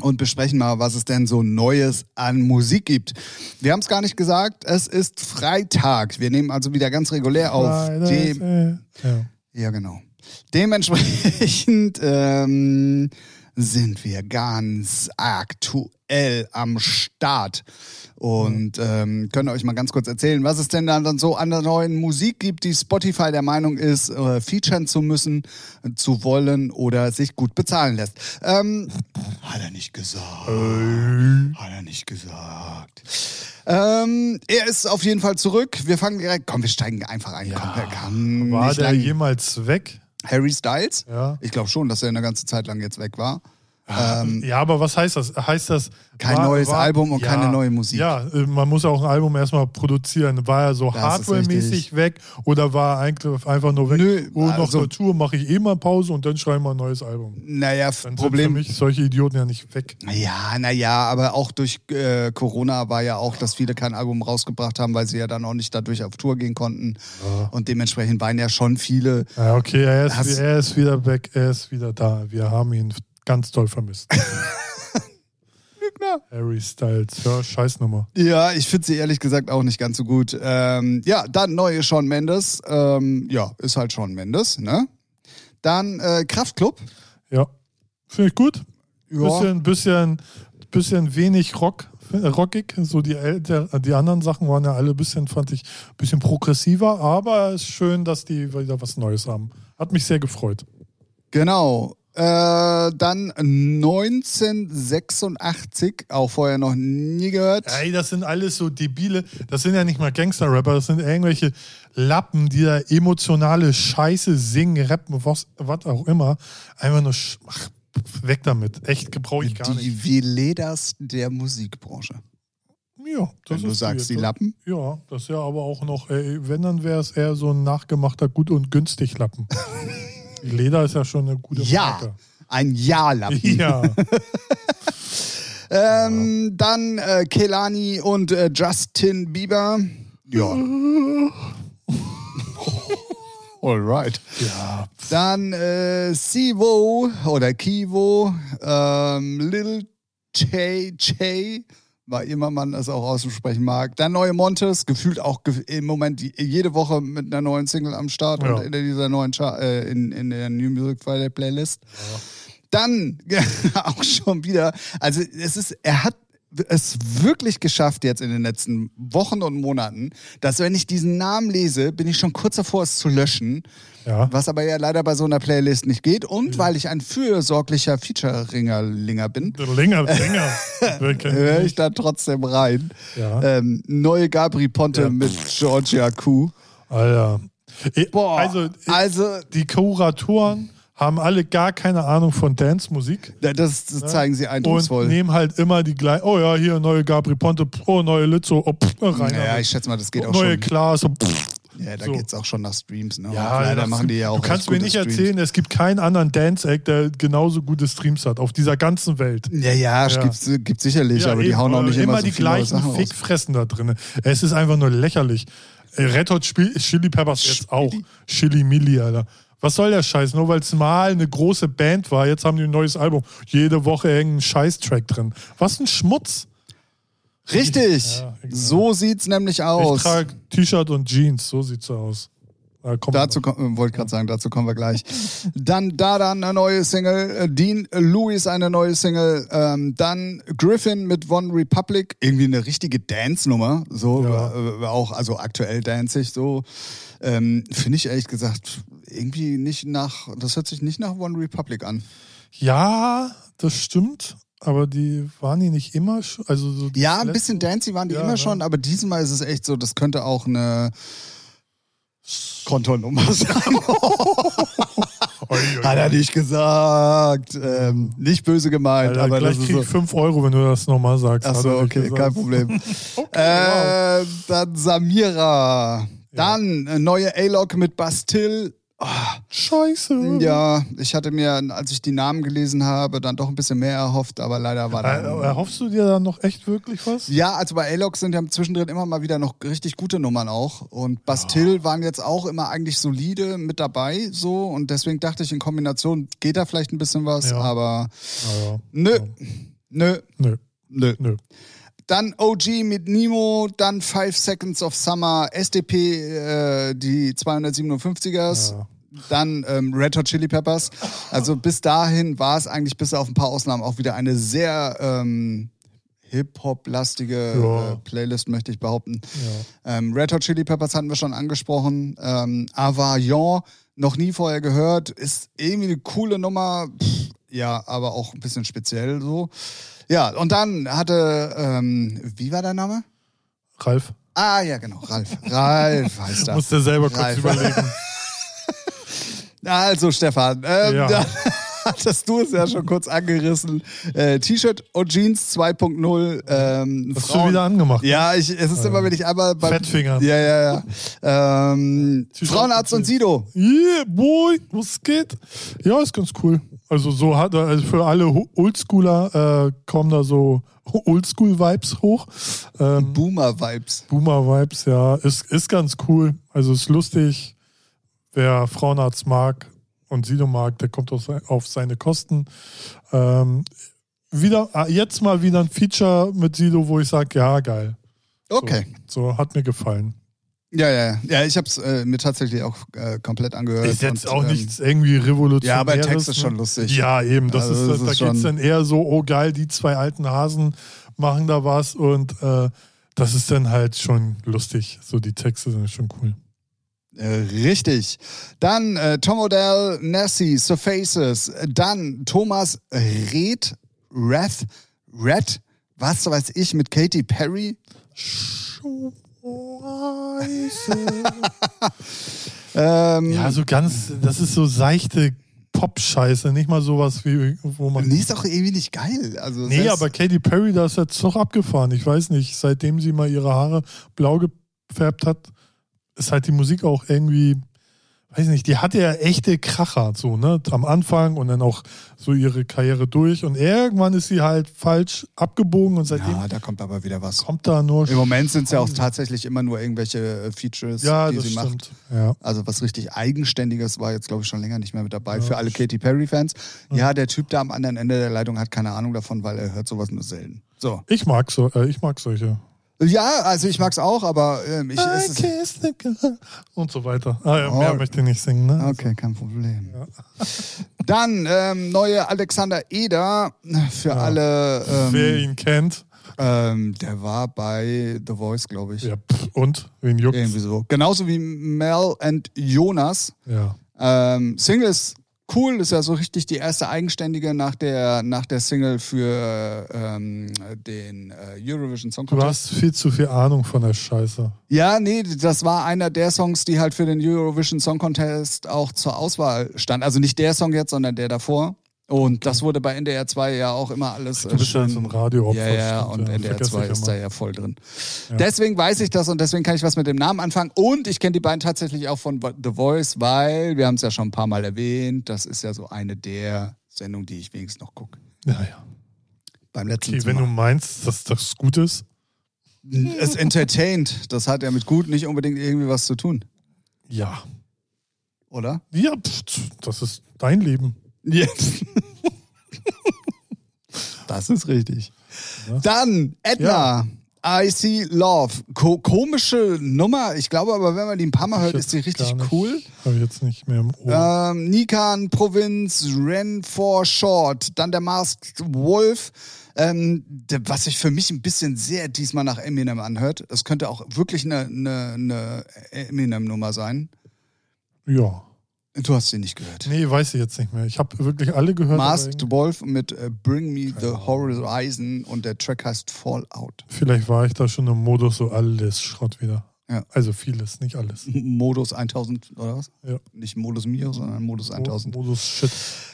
Speaker 2: und besprechen mal, was es denn so Neues an Musik gibt. Wir haben es gar nicht gesagt, es ist Freitag. Wir nehmen also wieder ganz regulär auf. Dem
Speaker 1: ja.
Speaker 2: ja, genau. Dementsprechend <laughs> ähm, sind wir ganz aktuell am Start und ähm, können euch mal ganz kurz erzählen, was es denn da dann so an der neuen Musik gibt, die Spotify der Meinung ist, äh, featuren zu müssen, zu wollen oder sich gut bezahlen lässt. Ähm, hat er nicht gesagt.
Speaker 1: Äh.
Speaker 2: Hat er nicht gesagt. Ähm, er ist auf jeden Fall zurück. Wir fangen direkt. Komm, wir steigen einfach ein. Komm, der kann
Speaker 1: War
Speaker 2: nicht
Speaker 1: der
Speaker 2: lang.
Speaker 1: jemals weg?
Speaker 2: Harry Styles?
Speaker 1: Ja.
Speaker 2: Ich glaube schon, dass er eine ganze Zeit lang jetzt weg war. Ähm,
Speaker 1: ja, aber was heißt das? Heißt das
Speaker 2: Kein neues Album und keine neue Musik.
Speaker 1: Ja, äh, man muss auch ein Album erstmal produzieren. War er so
Speaker 2: Das ist richtig.
Speaker 1: hardware-mäßig weg oder war er eigentlich einfach nur weg?
Speaker 2: Nö,
Speaker 1: oh, noch
Speaker 2: also-
Speaker 1: eine Tour, mache ich eh mal Pause und dann schreiben wir ein neues Album.
Speaker 2: naja,
Speaker 1: Dann
Speaker 2: Problem.
Speaker 1: sind für mich solche Idioten ja nicht weg.
Speaker 2: Ja, naja, aber auch durch äh, Corona war ja auch, dass viele kein Album rausgebracht haben, weil sie ja dann auch nicht dadurch auf Tour gehen konnten. Und dementsprechend waren ja schon viele.
Speaker 1: Ja, Ah, okay, er ist,
Speaker 2: Hast-
Speaker 1: er ist wieder weg, er ist wieder da. Wir haben ihn ganz doll
Speaker 2: <laughs>
Speaker 1: vermisst.
Speaker 2: Lügner.
Speaker 1: Harry Styles, ja, Scheißnummer.
Speaker 2: Ja, ich finde sie ehrlich gesagt auch nicht ganz so gut. Ähm, ja, dann neue Sean Mendes. Ähm, ja, ist halt Sean Mendes, ne? Dann äh, Kraftklub.
Speaker 1: Ja, finde ich gut.
Speaker 2: Ja,
Speaker 1: Bisschen, bisschen, bisschen wenig Rock, äh, rockig. So die, älter, die anderen Sachen waren ja alle ein bisschen, fand ich, ein bisschen progressiver, aber es ist schön, dass die wieder was Neues haben. Hat mich sehr gefreut.
Speaker 2: genau. Äh, dann 1986, auch vorher noch nie gehört.
Speaker 1: Ey, das sind alles so debile, das sind ja nicht mal Gangster-Rapper, das sind irgendwelche Lappen, die da emotionale Scheiße singen, rappen, was, was auch immer. Einfach nur, sch- ach, weg damit. Echt, gebrauche ich gar nicht.
Speaker 2: Die Veledas der Musikbranche.
Speaker 1: Ja, das
Speaker 2: Wenn du
Speaker 1: ist
Speaker 2: sagst, die
Speaker 1: weird. ne?
Speaker 2: Lappen.
Speaker 1: Ja, das ist ja aber auch noch, ey, wenn, dann wäre es eher so ein nachgemachter Gut- und
Speaker 2: <laughs>
Speaker 1: Günstig-Lappen. Die Leder ist ja schon eine gute
Speaker 2: Ja,
Speaker 1: Marke. <laughs>
Speaker 2: ein Ja-Lappen.
Speaker 1: Ja.
Speaker 2: Ähm, dann äh, Kelani und äh, Justin Bieber. Ja. Alright.
Speaker 1: ja.
Speaker 2: Dann äh, Sivo oder Kivo, ähm, Lil J J, weil immer man das auch aussprechen mag. Dann neue Montes, gefühlt auch ge im Moment die- jede Woche mit einer neuen Single am Start
Speaker 1: Ja.
Speaker 2: und in dieser neuen Char äh, in, in der New Music Friday Playlist. Dann <laughs> auch schon wieder, also es ist, er hat es wirklich geschafft jetzt in den letzten Wochen und Monaten, dass wenn ich diesen Namen lese, bin ich schon kurz davor, es zu löschen. <laughs>
Speaker 1: ja.
Speaker 2: Was aber ja leider bei so einer Playlist nicht geht. Und weil ich ein fürsorglicher Featuringerlinger bin,
Speaker 1: Länger, länger.
Speaker 2: <laughs>
Speaker 1: Wirklich.
Speaker 2: höre ich da trotzdem rein.
Speaker 1: Ja.
Speaker 2: Ähm, neue Gabri Ponte
Speaker 1: Ja.
Speaker 2: mit Georgia Q.
Speaker 1: Alter. Ich-
Speaker 2: Boah,
Speaker 1: Also, ich-
Speaker 2: also
Speaker 1: die Kuratoren haben alle gar keine Ahnung von Dance-Musik.
Speaker 2: das, das zeigen sie
Speaker 1: Und
Speaker 2: eindrucksvoll.
Speaker 1: nehmen halt immer die gleichen. Oh ja, hier neue Gabri Ponte, oh, neue Lizzo, oh, pff, rein.
Speaker 2: naja,
Speaker 1: damit.
Speaker 2: ich schätze mal, das geht auch
Speaker 1: neue
Speaker 2: schon.
Speaker 1: Klaas. Oh, pff.
Speaker 2: Ja, da
Speaker 1: so.
Speaker 2: geht's auch schon nach Streams. Ne?
Speaker 1: Ja,
Speaker 2: leider
Speaker 1: das-
Speaker 2: machen die ja auch.
Speaker 1: Du kannst
Speaker 2: echt
Speaker 1: mir
Speaker 2: gute
Speaker 1: nicht
Speaker 2: Streams.
Speaker 1: erzählen, es gibt keinen anderen Dance-Act, der genauso gute Streams hat auf dieser ganzen Welt.
Speaker 2: Ja, ja,
Speaker 1: Ja.
Speaker 2: Gibt's, äh, gibt's sicherlich, aber die
Speaker 1: eben,
Speaker 2: hauen auch
Speaker 1: aber
Speaker 2: nicht immer, so
Speaker 1: die
Speaker 2: viele neue
Speaker 1: gleichen
Speaker 2: Sachen raus.
Speaker 1: Fickfressen da drin. Es ist einfach nur lächerlich. Äh, Red Hot Spiel, Chili Peppers jetzt auch. Chili Milli, Alter. Was soll der Scheiß? Nur weil es mal eine große Band war, jetzt haben die ein neues Album. Jede Woche irgendein Scheiß-Track drin. Was ein Schmutz.
Speaker 2: Richtig,
Speaker 1: Ja, genau.
Speaker 2: so sieht's nämlich aus.
Speaker 1: Ich trage T-Shirt und Jeans, so sieht's aus. Ah, Da kommt
Speaker 2: Dazu komm- äh, wollte gerade sagen, dazu kommen wir gleich. Dann Dadan eine neue Single, äh, Dean Lewis eine neue Single, ähm, dann Griffin mit One Republic, irgendwie eine richtige Dance-Nummer, so
Speaker 1: Ja.
Speaker 2: äh, auch also aktuell danceig so. Ähm, Finde ich ehrlich gesagt irgendwie nicht nach, das hört sich nicht nach One Republic an.
Speaker 1: Ja, das stimmt. Aber die waren die nicht immer sch- also so
Speaker 2: Ja, ein
Speaker 1: das
Speaker 2: bisschen dancey waren die
Speaker 1: Ja,
Speaker 2: immer
Speaker 1: ne?
Speaker 2: schon, aber diesmal ist es echt so, das könnte auch eine Kontonummer <laughs> sein.
Speaker 1: letzte- Oi, oi,
Speaker 2: Hat er
Speaker 1: oi.
Speaker 2: nicht gesagt. Ähm, nicht böse gemeint,
Speaker 1: Alter,
Speaker 2: aber das
Speaker 1: gleich
Speaker 2: ist
Speaker 1: krieg
Speaker 2: so.
Speaker 1: ich 5 Euro, wenn du das nochmal sagst. Hat
Speaker 2: Achso,
Speaker 1: er nicht
Speaker 2: okay,
Speaker 1: gesagt. <laughs>
Speaker 2: kein Problem.
Speaker 1: wow.
Speaker 2: äh, dann Samira. Dann äh, neue A-Log mit Bastille.
Speaker 1: Scheiße.
Speaker 2: Ja, ich hatte mir, als ich die Namen gelesen habe, dann doch ein bisschen mehr erhofft, aber leider war
Speaker 1: Äh,
Speaker 2: dann.
Speaker 1: Erhoffst du dir da noch echt wirklich was?
Speaker 2: Ja, also bei A-Log sind ja zwischendrin immer mal wieder noch richtig gute Nummern auch. Und Bastille waren jetzt auch immer eigentlich solide mit dabei, so. Und deswegen dachte ich, in Kombination geht da vielleicht ein bisschen was,
Speaker 1: Ja.
Speaker 2: aber
Speaker 1: Naja.
Speaker 2: nö, nö,
Speaker 1: Ah, Nö,
Speaker 2: nö.
Speaker 1: nö.
Speaker 2: Dann OG mit Nemo, dann Five Seconds of Summer, SDP, äh, die 257ers,
Speaker 1: Ja.
Speaker 2: dann ähm, Red Hot Chili Peppers. Also bis dahin war es eigentlich bis auf ein paar Ausnahmen auch wieder eine sehr ähm, Hip-Hop-lastige
Speaker 1: Ja.
Speaker 2: äh, Playlist, möchte ich behaupten.
Speaker 1: Ja.
Speaker 2: Ähm, Red Hot Chili Peppers hatten wir schon angesprochen. Ähm, Avarion, noch nie vorher gehört, ist irgendwie eine coole Nummer. Pff, ja, aber auch ein bisschen speziell so. Ja, und dann hatte, ähm, wie war der Name?
Speaker 1: Ralf,
Speaker 2: Ah, ja, genau, Ralf. Ralf heißt er.
Speaker 1: musst
Speaker 2: <laughs>
Speaker 1: dir selber kurz
Speaker 2: Ralf.
Speaker 1: überlegen.
Speaker 2: Also, Stefan, ähm,
Speaker 1: Ja.
Speaker 2: dann <laughs> hattest du es ja schon kurz angerissen. Äh, T-Shirt und Jeans 2.0. Ähm,
Speaker 1: Hast
Speaker 2: Frauen-
Speaker 1: du wieder Ähm, angemacht?
Speaker 2: Ja, ich, es ist immer, wenn ich einmal beim.
Speaker 1: Fettfinger.
Speaker 2: Ja, ja, ja. Ähm,
Speaker 1: T-Shirt
Speaker 2: Frauenarzt und
Speaker 1: und
Speaker 2: Sido.
Speaker 1: Yeah, boy, was geht? Ja, ist ganz cool. Also so hat er- also für alle Ho- Oldschooler äh, kommen da so Oldschool-Vibes hoch. Ähm,
Speaker 2: Boomer-Vibes.
Speaker 1: Boomer-Vibes, ja. Ist, ist ganz cool. Also ist lustig. Wer Frauenarzt mag und Sido mag, der kommt auf, se- auf seine Kosten. Ähm, wieder, ah, jetzt mal wieder ein Feature mit Sido, wo ich sage, ja, geil.
Speaker 2: Okay.
Speaker 1: So, so hat mir gefallen.
Speaker 2: Ja, ja, ja. ja. Ich habe es äh, mir tatsächlich auch äh, komplett angehört.
Speaker 1: Ist jetzt
Speaker 2: und,
Speaker 1: auch
Speaker 2: ähm,
Speaker 1: nichts irgendwie revolutionäres.
Speaker 2: Ja, aber Text ist
Speaker 1: ne?
Speaker 2: schon lustig.
Speaker 1: Ja, eben. Das
Speaker 2: Also, das
Speaker 1: ist,
Speaker 2: ist
Speaker 1: da geht
Speaker 2: schon-
Speaker 1: es dann eher so, oh geil, die zwei alten Hasen machen da was und äh, das ist dann halt schon lustig. So, die Texte sind schon cool.
Speaker 2: Äh, richtig. Dann äh, Tom Odell, Nessie, Surfaces. Äh, Dann Thomas Red, Rath, Red, was weiß ich, mit Katy Perry. Ähm,
Speaker 1: ja, so ganz, das ist so seichte Pop-Scheiße, nicht mal sowas wie, wo man.
Speaker 2: Die ist auch irgendwie nicht geil. Also,
Speaker 1: Nee,
Speaker 2: selbst-
Speaker 1: aber Katy Perry, da ist der Zug abgefahren. Ich weiß nicht, seitdem sie mal ihre Haare blau gefärbt hat, ist halt die Musik auch irgendwie, weiß nicht, die hatte ja echte Kracher so, ne? Am Anfang und dann auch so ihre Karriere durch. Und irgendwann ist sie halt falsch abgebogen und seitdem
Speaker 2: Ja, da kommt aber wieder was.
Speaker 1: kommt da nur
Speaker 2: Im Moment sind es ja auch tatsächlich immer nur irgendwelche äh, Features,
Speaker 1: Ja,
Speaker 2: die
Speaker 1: das
Speaker 2: sie macht.
Speaker 1: stimmt. Ja.
Speaker 2: Also was richtig Eigenständiges war jetzt, glaube ich, schon länger nicht mehr mit dabei. Für alle
Speaker 1: das
Speaker 2: Katy Perry-Fans. Ja, der Typ da am anderen Ende der Leitung hat keine Ahnung davon, weil er hört sowas nur selten. So.
Speaker 1: Ich mag so, äh, ich mag solche.
Speaker 2: Ja, also ich mag's auch, aber ähm, ich es ist
Speaker 1: kiss the girl. Und so weiter. Ah, ja,
Speaker 2: Oh.
Speaker 1: Mehr möchte ich nicht singen, ne?
Speaker 2: Okay, kein Problem. <laughs> Dann ähm, neue Alexander Eder für alle.
Speaker 1: Wer
Speaker 2: Ähm,
Speaker 1: ihn kennt,
Speaker 2: ähm, der war bei The Voice, glaube ich.
Speaker 1: ja, pff, und wen juckt.
Speaker 2: Irgendwie so. Genauso wie Mel und Jonas.
Speaker 1: Ja.
Speaker 2: Ähm, Single ist cool, ist ja so richtig die erste eigenständige nach der, nach der Single für ähm, den äh, Eurovision Song
Speaker 1: Du
Speaker 2: Contest.
Speaker 1: hast viel zu viel Ahnung von der Scheiße.
Speaker 2: Ja, nee, das war einer der Songs, die halt für den Eurovision Song Contest auch zur Auswahl stand. Also nicht der Song jetzt, sondern der davor. Und das wurde bei NDR 2 ja auch immer alles. äh,
Speaker 1: Du bist ja so ein Radioopfer.
Speaker 2: Ja, ja,
Speaker 1: stimmt,
Speaker 2: und NDR
Speaker 1: Vergesse
Speaker 2: 2
Speaker 1: ich
Speaker 2: ist da
Speaker 1: immer.
Speaker 2: ja voll drin. Deswegen weiß ich das und deswegen kann ich was mit dem Namen anfangen. Und ich kenne die beiden tatsächlich auch von The Voice, weil wir haben es ja schon ein paar Mal erwähnt. Das ist ja so eine der Sendungen, die ich wenigstens noch gucke.
Speaker 1: Ja, ja.
Speaker 2: Beim letzten
Speaker 1: Okay, wenn du
Speaker 2: Mal.
Speaker 1: meinst, dass das gut ist,
Speaker 2: Es entertaint. Das hat ja mit gut nicht unbedingt irgendwie was zu tun,
Speaker 1: ja.
Speaker 2: oder?
Speaker 1: Ja, pff, das ist dein Leben.
Speaker 2: Yes. das ist richtig.
Speaker 1: Ja.
Speaker 2: Dann Edna. I see love. Ko komische Nummer. Ich glaube aber, wenn man die ein paar Mal hört, Halt, ist die
Speaker 1: Jetzt
Speaker 2: richtig
Speaker 1: gar nicht-
Speaker 2: cool.
Speaker 1: Habe ich jetzt nicht mehr im Ohr.
Speaker 2: Ähm, Nikan, Provinz, Renfor Short, dann der Masked Wolf, ähm, der, was sich für mich ein bisschen sehr diesmal nach Eminem anhört. Es könnte auch wirklich eine, eine, eine Eminem-Nummer sein.
Speaker 1: Ja.
Speaker 2: Du hast sie nicht gehört.
Speaker 1: Nee, weiß ich jetzt nicht mehr. Ich habe wirklich alle gehört. aber irgendwie-
Speaker 2: Masked Wolf mit äh, Bring Me the Horizon und der Track heißt Fallout. <laughs>
Speaker 1: Vielleicht war ich da schon im Modus so alles Schrott wieder.
Speaker 2: Ja.
Speaker 1: Also vieles, nicht alles.
Speaker 2: Modus 1000 oder was?
Speaker 1: Ja.
Speaker 2: Nicht Modus Mio, sondern Modus 1000.
Speaker 1: Modus Oh, Shit.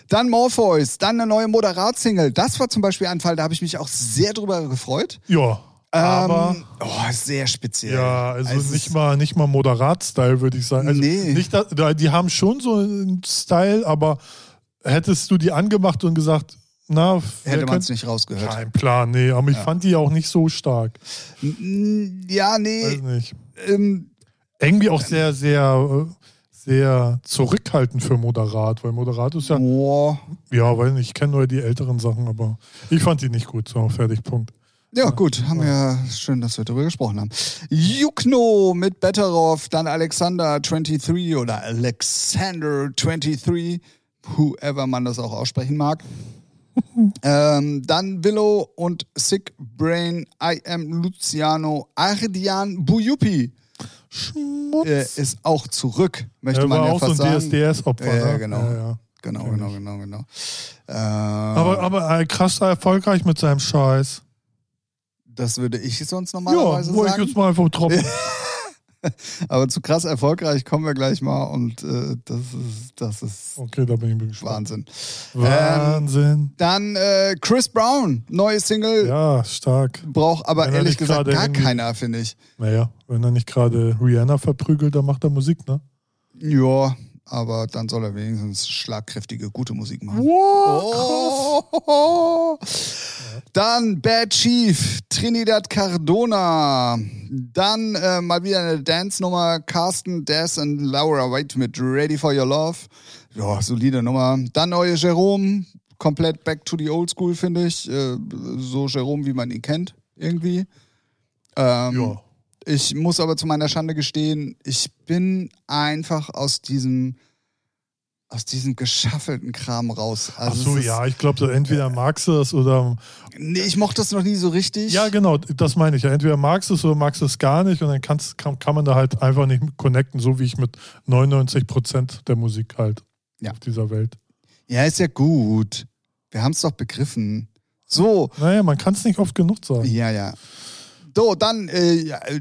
Speaker 2: Dann Morpheus, dann eine neue Moderat-Single. Das war zum Beispiel ein Fall, da habe ich mich auch sehr drüber gefreut.
Speaker 1: Ja. aber
Speaker 2: ähm, oh, sehr speziell.
Speaker 1: Ja, also
Speaker 2: Es
Speaker 1: nicht
Speaker 2: ist-
Speaker 1: mal, nicht mal Moderat-Style, würde ich sagen. Also
Speaker 2: Nee.
Speaker 1: nicht, dass- da- die haben schon so einen Style, aber hättest du die angemacht und gesagt, na, wer
Speaker 2: hätte man es
Speaker 1: kennt-
Speaker 2: nicht rausgehört.
Speaker 1: Kein Plan, nee, aber ich fand die auch nicht so stark.
Speaker 2: N- Ja,
Speaker 1: Weiß
Speaker 2: nee.
Speaker 1: nicht.
Speaker 2: Ähm,
Speaker 1: Irgendwie auch sehr, sehr, äh, sehr zurückhaltend für Moderat, weil Moderat ist
Speaker 2: Oh.
Speaker 1: ja,
Speaker 2: boah.
Speaker 1: ja, weiß nicht, ich kenne nur die älteren Sachen, aber ich fand die nicht gut. So, fertig, Punkt.
Speaker 2: Ja, gut, haben wir ja schön, dass wir darüber gesprochen haben. Jukno mit Betteroff, dann Alexander 23 oder Alexander 23, whoever man das auch
Speaker 1: <laughs>
Speaker 2: aussprechen mag. ähm, dann Willow und Sick Brain, I am Luciano, Ardian Buyupi
Speaker 1: Schmutz.
Speaker 2: äh, ist auch zurück, möchte
Speaker 1: er
Speaker 2: man
Speaker 1: war
Speaker 2: ja
Speaker 1: auch
Speaker 2: fast
Speaker 1: so ein
Speaker 2: sagen.
Speaker 1: DSDS-Opfer.
Speaker 2: Ja, ja,
Speaker 1: ne?
Speaker 2: genau.
Speaker 1: Ja, ja.
Speaker 2: Genau,
Speaker 1: Kenn
Speaker 2: genau,
Speaker 1: ich.
Speaker 2: genau, genau. Ähm,
Speaker 1: Aber, aber äh, krass erfolgreich mit seinem Scheiß.
Speaker 2: das würde ich sonst
Speaker 1: Ja,
Speaker 2: normalerweise
Speaker 1: wollte ich
Speaker 2: sagen.
Speaker 1: jetzt mal einfach droppen.
Speaker 2: Aber zu krass erfolgreich kommen wir gleich mal und äh, das ist, das ist
Speaker 1: Okay, da bin ich gespannt.
Speaker 2: Wahnsinn.
Speaker 1: Wahnsinn.
Speaker 2: Dann äh, Chris Brown, neue Single.
Speaker 1: ja, stark.
Speaker 2: Braucht aber
Speaker 1: Wenn er
Speaker 2: ehrlich
Speaker 1: nicht
Speaker 2: gesagt
Speaker 1: gerade
Speaker 2: gar
Speaker 1: irgendwie-
Speaker 2: keiner, finde ich.
Speaker 1: Naja, wenn er nicht gerade Rihanna verprügelt, dann macht er Musik, ne?
Speaker 2: Ja, aber dann soll er wenigstens schlagkräftige, gute Musik machen. Oh. <laughs> Dann Bad Chief, Trinidad Cardona. Dann äh, mal wieder eine Dance-Nummer, Carsten, Daz und Laura White mit Ready for Your Love. Ja, solide Nummer. Dann neue Jerome, komplett back to the old school, finde ich. Äh, so Jerome, wie man ihn kennt, irgendwie. Ähm,
Speaker 1: Ja.
Speaker 2: ich muss aber zu meiner Schande gestehen, ich bin einfach aus diesem aus diesem geschaffelten Kram raus.
Speaker 1: Ach
Speaker 2: Also
Speaker 1: so,
Speaker 2: es ist-
Speaker 1: ja, ich glaube, entweder magst du es oder.
Speaker 2: Nee, ich mochte das noch nie so richtig.
Speaker 1: Ja, genau, das meine ich. ja. Entweder magst du es oder magst du es gar nicht und dann kannst, kann, kann man da halt einfach nicht mit connecten, so wie ich mit 99% der Musik halt
Speaker 2: Ja.
Speaker 1: auf dieser Welt.
Speaker 2: ja ist ja gut. Wir haben es doch begriffen. So,
Speaker 1: Naja, man kann es nicht oft genug sagen.
Speaker 2: ja, ja. So, dann äh, ja, äh,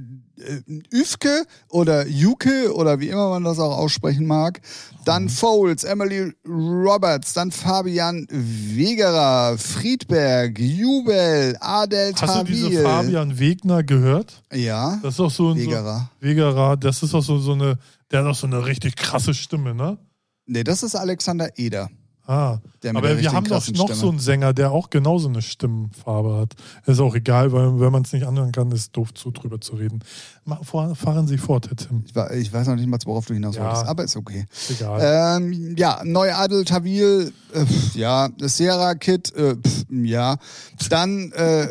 Speaker 2: Üfke oder Juke oder wie immer man das auch aussprechen mag.
Speaker 1: Mhm.
Speaker 2: Dann Foles, Emily Roberts, dann Fabian Wegerer, Friedberg, Jubel, Adel
Speaker 1: Hast du diese
Speaker 2: Tawil.
Speaker 1: Fabian Wegner gehört?
Speaker 2: Ja,
Speaker 1: Das ist doch so ein.
Speaker 2: Wegerer.
Speaker 1: So, Wegerer, das ist doch so, so eine. Der hat auch so eine richtig krasse Stimme, ne?
Speaker 2: Nee, das ist Alexander Eder.
Speaker 1: Ah,
Speaker 2: Der
Speaker 1: aber
Speaker 2: mit der
Speaker 1: wir
Speaker 2: richtigen
Speaker 1: haben doch
Speaker 2: krassen
Speaker 1: noch
Speaker 2: Stimme.
Speaker 1: so einen Sänger, der auch genauso eine Stimmenfarbe hat. Ist auch egal, weil wenn man es nicht anhören kann, ist doof, zu drüber zu reden. Ma- vor- Fahren Sie fort, Herr Tim.
Speaker 2: Ich, wa- ich weiß noch nicht mal, worauf du hinaus
Speaker 1: Ja.
Speaker 2: wolltest, aber ist okay.
Speaker 1: Ist egal.
Speaker 2: Ähm, ja, Neuadel, Tawil, äh, pf, ja, Sierra Kid, äh, pf, ja. Dann, äh,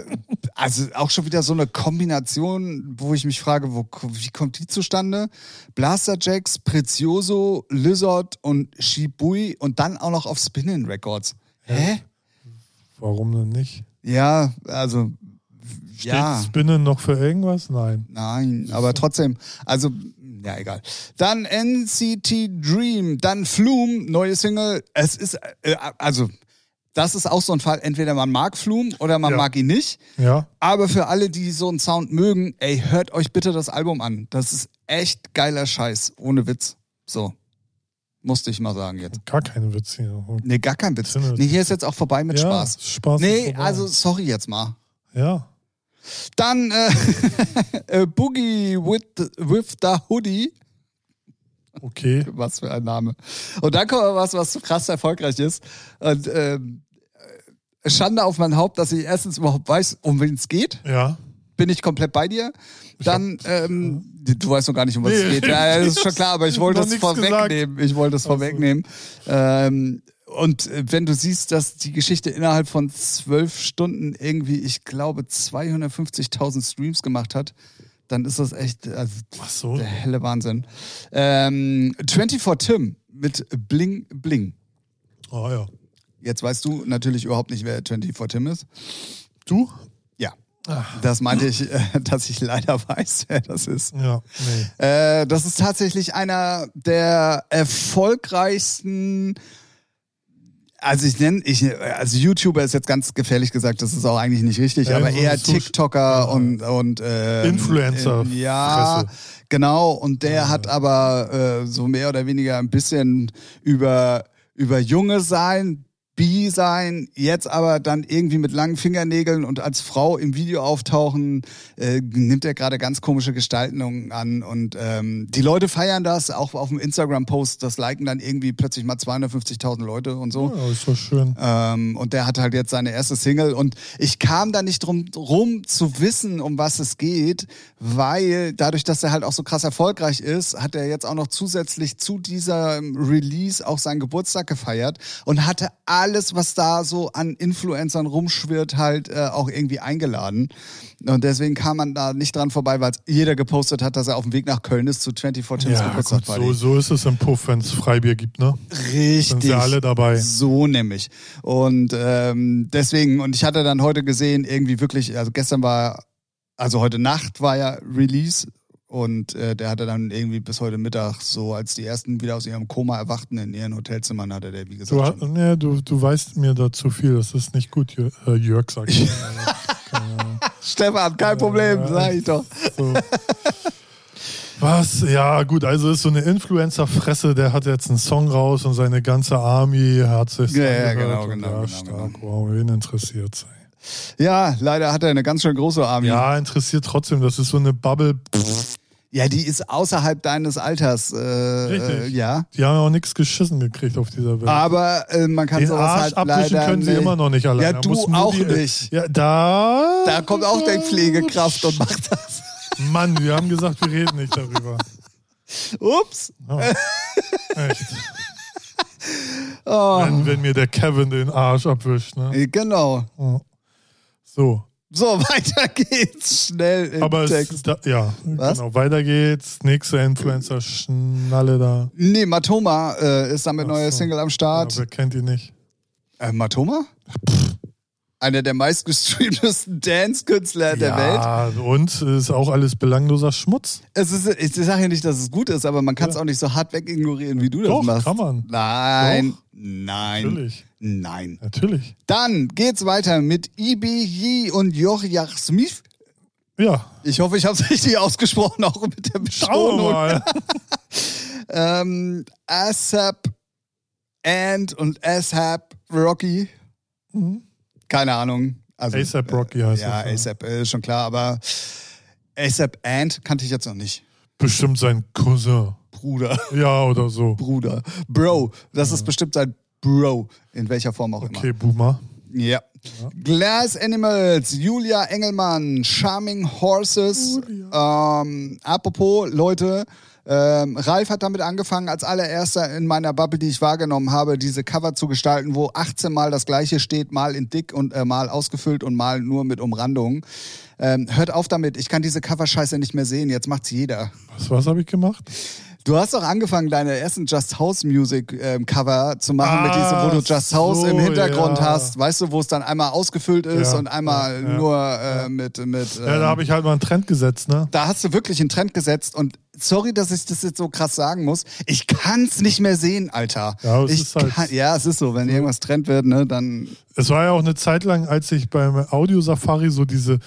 Speaker 2: also auch schon wieder so eine Kombination, wo ich mich frage, wo, wie kommt die zustande? Blaster Jacks, Prezioso, Lizard und Shibui und dann auch noch auf Spinnin Records. Hä?
Speaker 1: Warum denn nicht?
Speaker 2: Ja, also, ja.
Speaker 1: Steht Spinne noch für irgendwas? Nein.
Speaker 2: Nein, aber trotzdem, also, ja, egal. Dann NCT Dream, dann Flume, neue Single. Es ist, äh, also, das ist auch so ein Fall. Entweder man mag Flume oder man
Speaker 1: Ja.
Speaker 2: mag ihn nicht.
Speaker 1: Ja,
Speaker 2: Aber für alle, die so einen Sound mögen, ey, hört euch bitte das Album an. Das ist echt geiler Scheiß, ohne Witz. So. Musste ich mal sagen jetzt.
Speaker 1: gar keine Witze hier.
Speaker 2: Nee, gar kein Witz.
Speaker 1: Sinne.
Speaker 2: Nee, hier ist jetzt auch vorbei mit
Speaker 1: ja,
Speaker 2: Spaß.
Speaker 1: Spaß. ist
Speaker 2: Nee,
Speaker 1: vorbei.
Speaker 2: also sorry jetzt mal.
Speaker 1: Ja.
Speaker 2: Dann äh, <laughs> äh, Boogie with, with the Hoodie. <laughs>
Speaker 1: Okay.
Speaker 2: Was für ein Name. Und dann kommt aber was, was krass erfolgreich ist. Und ähm, äh, Schande auf mein Haupt, dass ich erstens überhaupt weiß, um wen es geht.
Speaker 1: Ja.
Speaker 2: Bin ich komplett bei dir. Dann, ähm, du weißt noch gar nicht, um was es
Speaker 1: Nee.
Speaker 2: geht. Ja, ja, das ist schon
Speaker 1: <laughs>
Speaker 2: klar, aber ich wollte
Speaker 1: Noch
Speaker 2: es
Speaker 1: nichts
Speaker 2: vorwegnehmen. Ich wollte es vorwegnehmen. Ähm, und äh, wenn du siehst, dass die Geschichte innerhalb von zwölf Stunden irgendwie, ich glaube, 250.000 Streams gemacht hat, dann ist das echt, also
Speaker 1: Ach so.
Speaker 2: der helle Wahnsinn. Ähm, 24 Tim mit Bling Bling.
Speaker 1: Oh ja.
Speaker 2: Jetzt weißt du natürlich überhaupt nicht, wer 24 Tim ist.
Speaker 1: Du?
Speaker 2: Ja. Das meinte ich, äh, dass ich leider weiß, wer das ist.
Speaker 1: Ja. Nee.
Speaker 2: Äh, das ist tatsächlich einer der erfolgreichsten. Also ich nenne, ich, also YouTuber ist jetzt ganz gefährlich gesagt, das ist auch eigentlich nicht richtig,
Speaker 1: Ja,
Speaker 2: aber
Speaker 1: so-
Speaker 2: eher
Speaker 1: so-
Speaker 2: TikToker und und ähm,
Speaker 1: Influencer.
Speaker 2: ähm, ja,
Speaker 1: Fresse.
Speaker 2: genau. Und der hat aber äh, so mehr oder weniger ein bisschen über über Junge sein. Bi sein, jetzt aber dann irgendwie mit langen Fingernägeln und als Frau im Video auftauchen, äh, nimmt er gerade ganz komische Gestaltungen an und ähm, die Leute feiern das, auch auf dem Instagram-Post, das liken dann irgendwie plötzlich mal 250.000 Leute und so.
Speaker 1: Ja, ist doch schön.
Speaker 2: Ähm, und der hat halt jetzt seine erste Single und ich kam da nicht drum rum zu wissen, um was es geht, weil dadurch, dass er halt auch so krass erfolgreich ist, hat er jetzt auch noch zusätzlich zu dieser ähm, Release auch seinen Geburtstag gefeiert und hatte alles, was da so an Influencern rumschwirrt, halt äh, auch irgendwie eingeladen. Und deswegen kam man da nicht dran vorbei, weil jeder gepostet hat, dass er auf dem Weg nach Köln ist zu 24 Tims
Speaker 1: Ja, gut,
Speaker 2: Geburtstagsparty.
Speaker 1: so, so ist es im Puff, wenn es Freibier gibt, ne?
Speaker 2: Richtig.
Speaker 1: Sind sie alle dabei.
Speaker 2: So nämlich. Und ähm, deswegen, und ich hatte dann heute gesehen, irgendwie wirklich, also gestern war, also heute Nacht war ja Release und äh, der hatte dann irgendwie bis heute Mittag so, als die ersten wieder aus ihrem Koma erwachten in ihren Hotelzimmern, hatte der,
Speaker 1: Du,
Speaker 2: wie gesagt,
Speaker 1: ha-
Speaker 2: schon-
Speaker 1: nee, du, du weißt mir da zu viel, das ist nicht gut, Jö- äh, Jörg, sagt
Speaker 2: <laughs>
Speaker 1: ich.
Speaker 2: Stefan, kein Problem,
Speaker 1: Ja.
Speaker 2: sag ich doch.
Speaker 1: so. Was? Ja, gut, also ist so eine Influencer-Fresse, der hat jetzt einen Song raus und seine ganze Army hat sich.
Speaker 2: Ja, ja,
Speaker 1: angehört
Speaker 2: genau,
Speaker 1: und
Speaker 2: genau,
Speaker 1: Ja,
Speaker 2: genau,
Speaker 1: stark. Wow, wen interessiert sein.
Speaker 2: Ja, leider hat er eine ganz schön große Armee.
Speaker 1: Ja, interessiert trotzdem. Das ist so eine Bubble.
Speaker 2: Ja, die ist außerhalb deines Alters. Äh, äh,
Speaker 1: Richtig.
Speaker 2: ja.
Speaker 1: Die haben ja auch nichts geschissen gekriegt auf dieser Welt.
Speaker 2: Aber äh, man kann
Speaker 1: Den
Speaker 2: sowas
Speaker 1: Arsch
Speaker 2: halt
Speaker 1: abwischen
Speaker 2: leider
Speaker 1: können sie
Speaker 2: nicht.
Speaker 1: immer noch nicht alleine.
Speaker 2: Ja,
Speaker 1: Da
Speaker 2: du
Speaker 1: muss nur
Speaker 2: auch
Speaker 1: die-
Speaker 2: nicht.
Speaker 1: Ja, da.
Speaker 2: Da kommt auch der Pflegekraft und macht das.
Speaker 1: Mann, wir haben gesagt, wir reden nicht
Speaker 2: <laughs>
Speaker 1: darüber.
Speaker 2: Ups.
Speaker 1: Ja. Echt.
Speaker 2: Oh.
Speaker 1: Wenn, wenn mir der Kevin den Arsch abwischt. Ne?
Speaker 2: Äh, Genau.
Speaker 1: Ja. So.
Speaker 2: So, <laughs> weiter geht's. Schnell im
Speaker 1: Aber
Speaker 2: Text.
Speaker 1: es, da, ja,
Speaker 2: Was?
Speaker 1: genau. Weiter geht's. Nächste Influencer, Schnalle da.
Speaker 2: Nee, Matoma äh, ist damit
Speaker 1: Ach
Speaker 2: neue
Speaker 1: so.
Speaker 2: Single am
Speaker 1: Ja,
Speaker 2: Start.
Speaker 1: wer kennt ihn nicht?
Speaker 2: Äh, Matoma? Einer der meistgestreamtesten Dance-Künstler der Welt.
Speaker 1: ja, und ist auch alles belangloser Schmutz.
Speaker 2: Es ist, ich sage ja nicht, dass es gut ist, aber man kann es auch nicht so hart weg ignorieren, wie du das
Speaker 1: Doch,
Speaker 2: machst.
Speaker 1: kann man.
Speaker 2: Nein, nein,
Speaker 1: Natürlich.
Speaker 2: nein.
Speaker 1: Natürlich.
Speaker 2: Dann geht's weiter mit Ibi Yi und Jorjach Smith.
Speaker 1: Ja,
Speaker 2: Ich hoffe, ich habe es <laughs> richtig ausgesprochen, auch mit der
Speaker 1: schauen wir
Speaker 2: Betonung.
Speaker 1: mal.
Speaker 2: Ähm, ASAP and und ASAP Rocky. Keine Ahnung. Also,
Speaker 1: ASAP Rocky heißt
Speaker 2: ja,
Speaker 1: das, ne? ja.
Speaker 2: ASAP äh, ist schon klar, aber ASAP and kannte ich jetzt noch nicht.
Speaker 1: Bestimmt sein Cousin.
Speaker 2: Bruder. <laughs>
Speaker 1: Ja, oder so.
Speaker 2: Bruder. Bro. Das ist bestimmt sein Bro. In welcher Form auch
Speaker 1: Okay, Boomer.
Speaker 2: immer. Ja. Glass Animals, Julia Engelmann, Charming Horses. Ähm, apropos, Leute. Ähm, Ralf hat damit angefangen, als allererster in meiner Bubble, die ich wahrgenommen habe, diese Cover zu gestalten, wo 18 Mal das gleiche steht, mal in dick und äh, mal ausgefüllt und mal nur mit Umrandungen. Ähm, hört auf damit, ich kann diese Cover-Scheiße nicht mehr sehen, jetzt macht's jeder.
Speaker 1: Was, was habe ich gemacht?
Speaker 2: Du hast doch angefangen, deine ersten Just House Music ähm, Cover zu machen, mit diesem, wo du
Speaker 1: Ach
Speaker 2: Just House
Speaker 1: so,
Speaker 2: im Hintergrund
Speaker 1: ja.
Speaker 2: hast. Weißt du, wo es dann einmal ausgefüllt ist
Speaker 1: Ja,
Speaker 2: und einmal
Speaker 1: ja, ja,
Speaker 2: nur äh, mit. mit
Speaker 1: Ja,
Speaker 2: ähm,
Speaker 1: da habe ich halt mal einen Trend gesetzt, ne?
Speaker 2: da hast du wirklich einen Trend gesetzt und sorry, dass ich das jetzt so krass sagen muss. Ich kann's nicht mehr sehen, Alter.
Speaker 1: Ja, es
Speaker 2: ich
Speaker 1: ist halt-
Speaker 2: kann, ja, es ist so, wenn irgendwas Trend wird, ne, dann
Speaker 1: Es war ja auch eine Zeit lang, als ich beim Audio Safari so diese,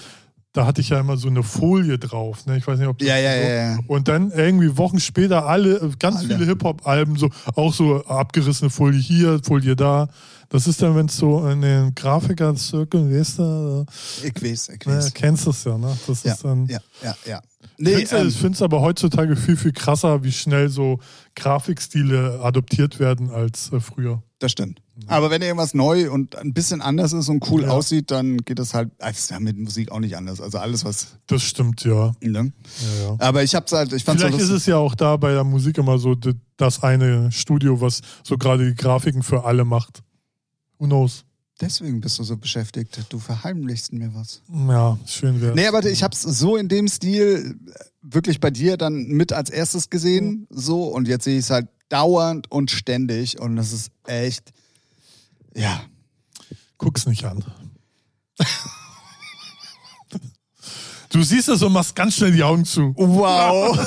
Speaker 1: da hatte ich ja immer so eine Folie drauf, ne? Ich weiß nicht, ob du
Speaker 2: Ja, ja,
Speaker 1: so.
Speaker 2: ja, ja.
Speaker 1: Und dann irgendwie Wochen später alle, ganz
Speaker 2: Alle.
Speaker 1: viele Hip-Hop-Alben, so auch so abgerissene Folie hier, Folie da. Das ist dann, wenn es so in den Grafiker-Circle, weißt du,
Speaker 2: ich weiß, ich
Speaker 1: ne,
Speaker 2: weiß.
Speaker 1: kennst du es ja, ne? Das
Speaker 2: Ja,
Speaker 1: ist dann.
Speaker 2: ja, ja, ja.
Speaker 1: Ich
Speaker 2: Nee,
Speaker 1: find's-
Speaker 2: ähm,
Speaker 1: ich finde es aber heutzutage viel, viel krasser, wie schnell so Grafikstile adoptiert werden als äh, früher.
Speaker 2: Das stimmt. Aber wenn irgendwas neu und ein bisschen anders ist und cool
Speaker 1: Mhm. Ja.
Speaker 2: aussieht, dann geht das halt. Das ist ja mit Musik auch nicht anders. Also alles, was.
Speaker 1: Das stimmt, ja.
Speaker 2: Ne?
Speaker 1: ja, ja.
Speaker 2: Aber ich hab's halt, ich fand's
Speaker 1: Vielleicht
Speaker 2: so
Speaker 1: ist
Speaker 2: lustig.
Speaker 1: es ja auch da bei der Musik immer so d- das eine Studio, was so gerade die Grafiken für alle macht. Who knows?
Speaker 2: Deswegen bist du so beschäftigt. Du verheimlichst mir was.
Speaker 1: Ja, schön wäre.
Speaker 2: Nee, aber ich hab's so in dem Stil äh, wirklich bei dir dann mit als erstes gesehen. So, und jetzt sehe ich es halt dauernd und ständig. Und das ist echt. Ja.
Speaker 1: Guck's nicht an. du siehst es und machst ganz schnell die Augen zu.
Speaker 2: Oh,
Speaker 1: <laughs>
Speaker 2: Wow.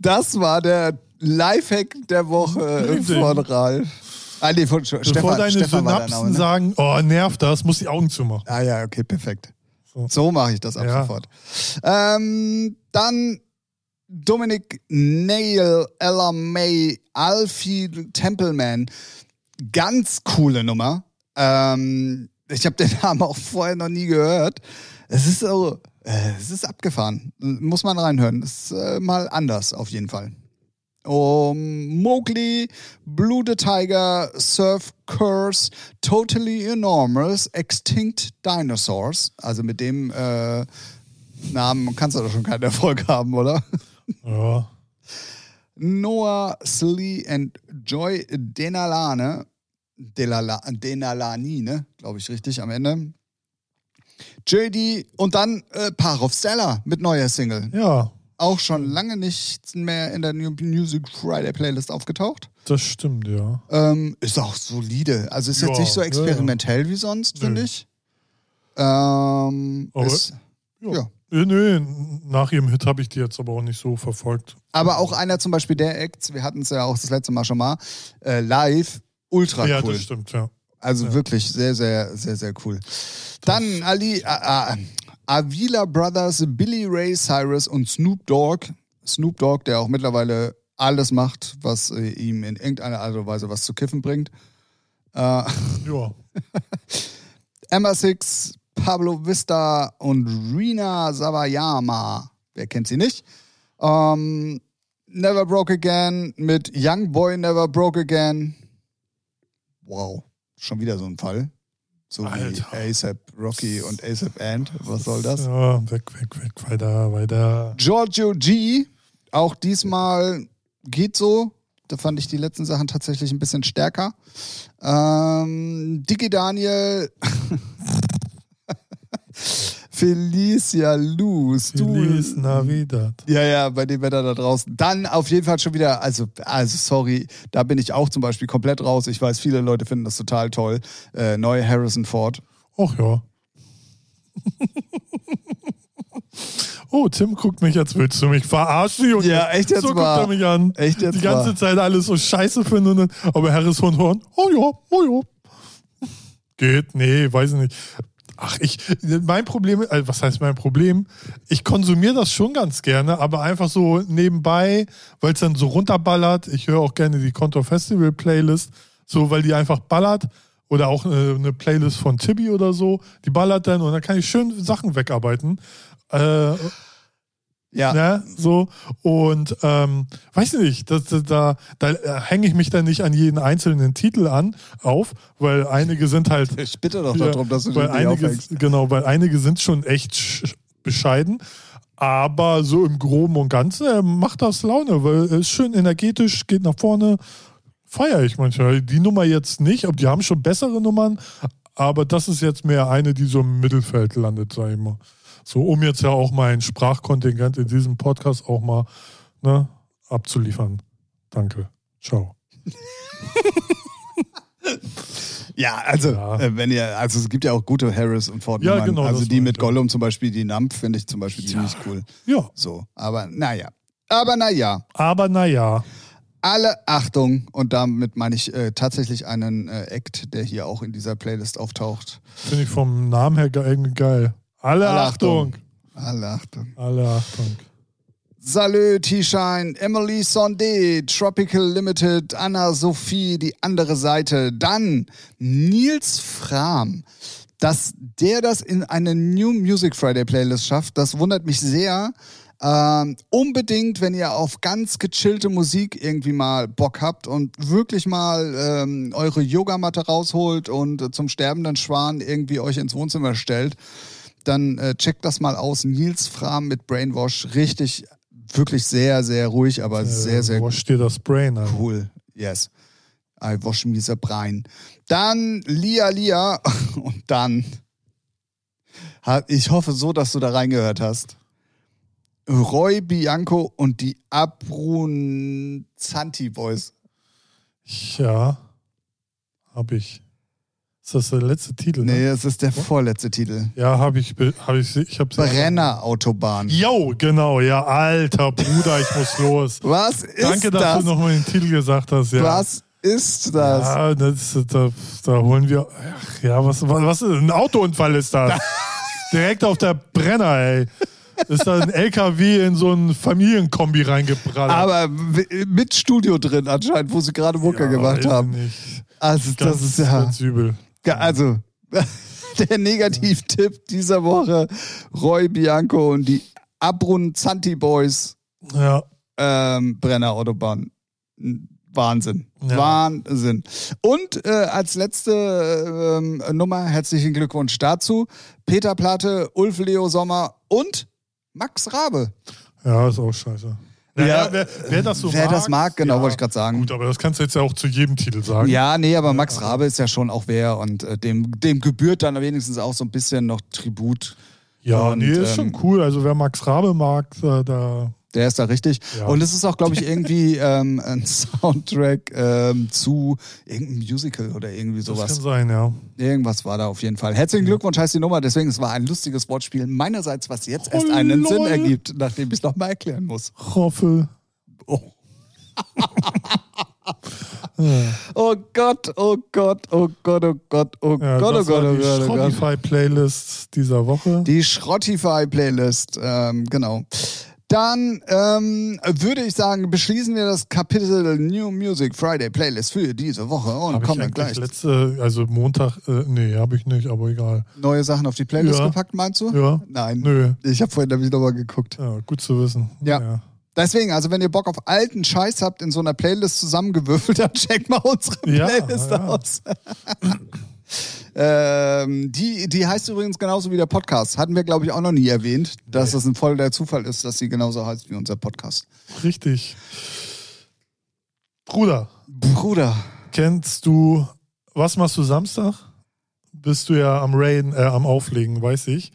Speaker 2: Das war der Lifehack der Woche
Speaker 1: Richtig.
Speaker 2: von Ralf. Ah, nee, von Sch-
Speaker 1: Bevor
Speaker 2: Stefan.
Speaker 1: deine
Speaker 2: Stefan war der
Speaker 1: Synapsen
Speaker 2: Name, ne?
Speaker 1: sagen, oh, nervt das, muss die Augen zumachen.
Speaker 2: Ah ja, okay, perfekt.
Speaker 1: Genau. So.
Speaker 2: So mache ich das ab
Speaker 1: Ja.
Speaker 2: sofort. Ähm, dann Dominic Nail, Ella May, Alfie Templeman. Ganz coole Nummer. Ähm, ich habe den <laughs> Namen auch vorher noch nie gehört. Es ist so, äh, es ist abgefahren. Muss man reinhören. Ist äh, mal anders auf jeden Fall. Um, Mowgli, Blue the Tiger, Surf Curse, Totally Enormous, Extinct Dinosaurs. Also mit dem äh, Namen kannst du doch schon keinen Erfolg haben, oder?
Speaker 1: Ja.
Speaker 2: Noah Slee and Joy Denalane. Delala, Denalani, ne? Glaube ich richtig am Ende. JD und dann äh, Parov Stella mit neuer Single.
Speaker 1: ja,
Speaker 2: Auch schon lange nicht mehr in der New Music Friday Playlist aufgetaucht.
Speaker 1: das stimmt, ja.
Speaker 2: Ähm, ist auch solide. Also ist jetzt
Speaker 1: Ja,
Speaker 2: nicht so
Speaker 1: ja, ja.
Speaker 2: experimentell wie sonst, finde
Speaker 1: Nö.
Speaker 2: ich. Ähm,
Speaker 1: Aber-
Speaker 2: ist, Ja.
Speaker 1: Äh, Nö, nach ihrem Hit habe ich die jetzt aber auch nicht so verfolgt.
Speaker 2: aber auch einer zum Beispiel der Acts, wir hatten es ja auch das letzte Mal schon mal, äh, live, ultra
Speaker 1: ja,
Speaker 2: cool.
Speaker 1: das stimmt, ja.
Speaker 2: Also wirklich sehr, sehr, sehr, sehr cool. Dann Ali, äh, äh, Avila Brothers, Billy Ray Cyrus und Snoop Dogg. Snoop Dogg, der auch mittlerweile alles macht, was äh, ihm in irgendeiner Art und Weise was zu kiffen bringt. Äh,
Speaker 1: Ja.
Speaker 2: Emma Six, Pablo Vista und Rina Sawayama. Wer kennt sie nicht? Ähm, Never Broke Again mit Young Boy Never Broke Again. Wow, schon wieder so ein Fall. So
Speaker 1: Alter.
Speaker 2: wie ASAP Rocky und ASAP Ant. Was soll das?
Speaker 1: ja, weg, weg, weg, weiter, weiter.
Speaker 2: Giorgio G. Auch diesmal geht so. Da fand ich die letzten Sachen tatsächlich ein bisschen stärker. Ähm, Dicky Daniel. <laughs> Felicia Luz. Du-
Speaker 1: Feliz Navidad.
Speaker 2: ja, ja, bei dem Wetter da draußen. Dann auf jeden Fall schon wieder, also, also sorry, da bin ich auch zum Beispiel komplett raus. Ich weiß, viele Leute finden das total toll. Äh, neue Harrison Ford.
Speaker 1: Och ja. <laughs> Oh, Tim guckt mich, als willst du mich verarschen, Junge.
Speaker 2: Ja, echt jetzt
Speaker 1: So guckt
Speaker 2: mal.
Speaker 1: er mich an.
Speaker 2: Echt jetzt
Speaker 1: Die ganze
Speaker 2: mal.
Speaker 1: Zeit alles so scheiße finden und dann, aber Harris von Horn, oh ja, oh ja. Geht, nee, weiß ich nicht. Ach, ich, mein Problem, äh, was heißt mein Problem? Ich konsumiere das schon ganz gerne, aber einfach so nebenbei, weil es dann so runterballert. Ich höre auch gerne die Contour Festival Playlist, so, weil die einfach ballert. Oder auch äh, eine Playlist von Tibi oder so, die ballert dann und dann kann ich schön Sachen wegarbeiten. Äh,
Speaker 2: Ja,
Speaker 1: Ne? So. Und ähm, weiß nicht, das, das, da, da hänge ich mich dann nicht an jeden einzelnen Titel an auf, weil einige sind halt.
Speaker 2: ich bitte doch
Speaker 1: Ja,
Speaker 2: darum, dass du
Speaker 1: weil
Speaker 2: den nicht
Speaker 1: einige,
Speaker 2: aufhängst.
Speaker 1: genau, weil einige sind schon echt sch- bescheiden. Aber so im Groben und Ganzen äh, macht das Laune, weil es ist schön energetisch, geht nach vorne. Feiere ich manchmal. Die Nummer jetzt nicht, aber die haben schon bessere Nummern. Aber das ist jetzt mehr eine, die so im Mittelfeld landet, sag ich mal. So, um jetzt ja auch mein Sprachkontingent in diesem Podcast auch mal ne, abzuliefern. Danke. Ciao.
Speaker 2: Ja, also
Speaker 1: Ja.
Speaker 2: äh, wenn ihr, also es gibt ja auch gute Harris und Ford.
Speaker 1: Ja,
Speaker 2: Nummern.
Speaker 1: genau,
Speaker 2: also
Speaker 1: das
Speaker 2: die
Speaker 1: meine
Speaker 2: mit
Speaker 1: ich, ja.
Speaker 2: Gollum zum Beispiel, die Nump finde ich zum Beispiel ziemlich cool.
Speaker 1: Ja,
Speaker 2: So, aber naja. Aber naja,
Speaker 1: aber naja.
Speaker 2: alle Achtung, und damit meine ich äh, tatsächlich einen äh, Act, der hier auch in dieser Playlist auftaucht.
Speaker 1: Finde ich vom Namen her ge- irgendwie geil. Alle,
Speaker 2: Alle
Speaker 1: Achtung.
Speaker 2: Alle Achtung.
Speaker 1: Alle Achtung.
Speaker 2: Salü, T-Shine, Emily Sondé, Tropical Limited, Anna Sophie, die andere Seite. Dann Nils Fram. Dass der das in eine New Music Friday Playlist schafft, das wundert mich sehr. Ähm, unbedingt, wenn ihr auf ganz gechillte Musik irgendwie mal Bock habt und wirklich mal ähm, eure Yogamatte rausholt und äh, zum sterbenden Schwan irgendwie euch ins Wohnzimmer stellt, dann äh, checkt das mal aus. Nils Fram mit Brainwash. Richtig, wirklich sehr, sehr ruhig, aber sehr, sehr
Speaker 1: Wo steht Äh, das Brain an?
Speaker 2: cool. Yes. I wash me the brain. Dann Lia Lia <laughs> und dann. Ha- Ich hoffe so, dass du da reingehört hast. Roy Bianco und die Abrun Zanti Boys.
Speaker 1: Ja, hab ich. Ist das der letzte Titel? Ne?
Speaker 2: Nee, es ist der vorletzte Titel.
Speaker 1: Ja, hab ich. be- Hab ich, sie- ich hab sie-
Speaker 2: Brenner Autobahn.
Speaker 1: Jo, genau. Ja, alter Bruder, ich muss los.
Speaker 2: Was ist
Speaker 1: Danke, dass
Speaker 2: das?
Speaker 1: du nochmal den Titel gesagt hast. Ja.
Speaker 2: Was ist das?
Speaker 1: Ja, das, ist- da, da holen wir. Ach, ja, was, was, was ist ein Autounfall ist
Speaker 2: <laughs>
Speaker 1: das? Direkt auf der Brenner, ey. Ist da ein LKW in so ein Familienkombi reingeprallt?
Speaker 2: Aber w- mit Studio drin anscheinend, wo sie gerade Mucke
Speaker 1: Ja,
Speaker 2: gemacht
Speaker 1: weiß
Speaker 2: haben.
Speaker 1: Nicht.
Speaker 2: Also
Speaker 1: Ganz,
Speaker 2: das ist ja...
Speaker 1: ganz übel.
Speaker 2: Ja, also, <laughs> der Negativtipp dieser Woche: Roy Bianco und die Abrun Zanti Boys
Speaker 1: Ja.
Speaker 2: ähm, Brenner Autobahn. Wahnsinn.
Speaker 1: Ja.
Speaker 2: Wahnsinn. Und äh, als letzte ähm, Nummer herzlichen Glückwunsch dazu. Peter Platte, Ulf Leo Sommer und Max Rabe.
Speaker 1: Ja, ist auch scheiße.
Speaker 2: Ja,
Speaker 1: Naja, wer, wer das so
Speaker 2: Wer
Speaker 1: mag,
Speaker 2: das mag, genau,
Speaker 1: ja.
Speaker 2: wollte ich gerade sagen.
Speaker 1: Gut, aber das kannst du jetzt ja auch zu jedem Titel sagen.
Speaker 2: Ja, nee, aber Max Rabe ist ja schon auch wer und äh, dem, dem gebührt dann wenigstens auch so ein bisschen noch Tribut.
Speaker 1: ja
Speaker 2: Und,
Speaker 1: nee, ist
Speaker 2: ähm,
Speaker 1: schon cool. Also wer Max Rabe mag, da, da
Speaker 2: Der ist da richtig.
Speaker 1: Ja.
Speaker 2: Und es ist auch, glaube ich, irgendwie ähm, ein Soundtrack ähm, zu irgendeinem Musical oder irgendwie
Speaker 1: das kann
Speaker 2: sowas.
Speaker 1: sein, ja.
Speaker 2: Irgendwas war da auf jeden Fall. Herzlichen Glückwunsch heißt die Nummer. Deswegen, es war ein lustiges Wortspiel meinerseits, was jetzt erst
Speaker 1: Oh,
Speaker 2: einen Sinn
Speaker 1: lol.
Speaker 2: ergibt, nachdem ich es nochmal erklären muss.
Speaker 1: Hoffe.
Speaker 2: Oh. Oh Gott, oh Gott, oh Gott, oh Gott, oh
Speaker 1: Ja,
Speaker 2: Gott, oh
Speaker 1: das
Speaker 2: Gott,
Speaker 1: war
Speaker 2: oh
Speaker 1: die
Speaker 2: Gott, oh Gott.
Speaker 1: Spotify-Playlist dieser Woche.
Speaker 2: Die Schrottify-Playlist, ähm, genau. Dann ähm, würde ich sagen, beschließen wir das Kapitel New Music Friday Playlist für diese Woche und
Speaker 1: Hab
Speaker 2: kommen
Speaker 1: ich
Speaker 2: dann
Speaker 1: eigentlich
Speaker 2: gleich.
Speaker 1: Letzte, also Montag, äh, nee, habe ich nicht, aber egal.
Speaker 2: Neue Sachen auf die Playlist
Speaker 1: Ja.
Speaker 2: gepackt, meinst du?
Speaker 1: Ja.
Speaker 2: Nein.
Speaker 1: Nö.
Speaker 2: Ich habe vorhin nämlich nochmal geguckt.
Speaker 1: Ja, gut zu wissen.
Speaker 2: Ja. Deswegen, also wenn ihr Bock auf alten Scheiß habt in so einer Playlist zusammengewürfelt, <laughs> dann checkt mal unsere
Speaker 1: Ja,
Speaker 2: Playlist
Speaker 1: ja.
Speaker 2: aus. <laughs> ähm, die, die heißt übrigens genauso wie der Podcast. Hatten wir, glaube ich, auch noch nie erwähnt, dass das ein voller Zufall ist, dass sie genauso heißt wie unser Podcast.
Speaker 1: Richtig. Bruder,
Speaker 2: Bruder.
Speaker 1: kennst du, was machst du Samstag? Bist du ja am Raiden, äh, am Auflegen, weiß ich.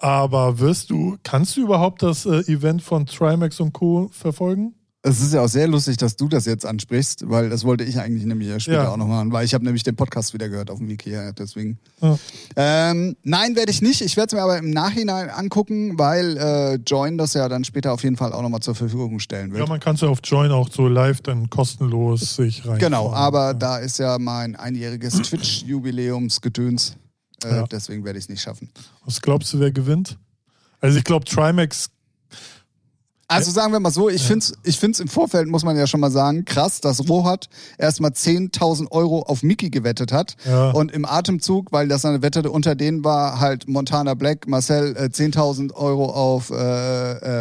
Speaker 1: Aber wirst du, kannst du überhaupt das äh, Event von Trimax und Co. verfolgen?
Speaker 2: Es ist ja auch sehr lustig, dass du das jetzt ansprichst, weil das wollte ich eigentlich nämlich ja später
Speaker 1: Ja.
Speaker 2: auch noch machen, weil ich habe nämlich den Podcast wieder gehört auf dem Wiki, ja, deswegen.
Speaker 1: Ja.
Speaker 2: Ähm, nein, werde ich nicht. Ich werde es mir aber im Nachhinein angucken, weil äh, Join das ja dann später auf jeden Fall auch nochmal zur Verfügung stellen
Speaker 1: Ja,
Speaker 2: wird.
Speaker 1: man kann es ja auf Join auch so live dann kostenlos sich rein.
Speaker 2: genau, aber
Speaker 1: ja.
Speaker 2: da ist ja mein einjähriges Twitch-Jubiläumsgedöns. Äh,
Speaker 1: Ja.
Speaker 2: Deswegen werde ich es nicht schaffen.
Speaker 1: Was glaubst du, wer gewinnt? Also ich glaube, Trimax
Speaker 2: Also sagen wir mal so, ich finde es ich find's im Vorfeld, muss man ja schon mal sagen, krass, dass Rohat erstmal 10.000 Euro auf Mickey gewettet hat.
Speaker 1: Ja.
Speaker 2: Und im Atemzug, weil das eine Wette unter denen war, halt Montana Black, Marcel äh, 10.000 Euro auf äh,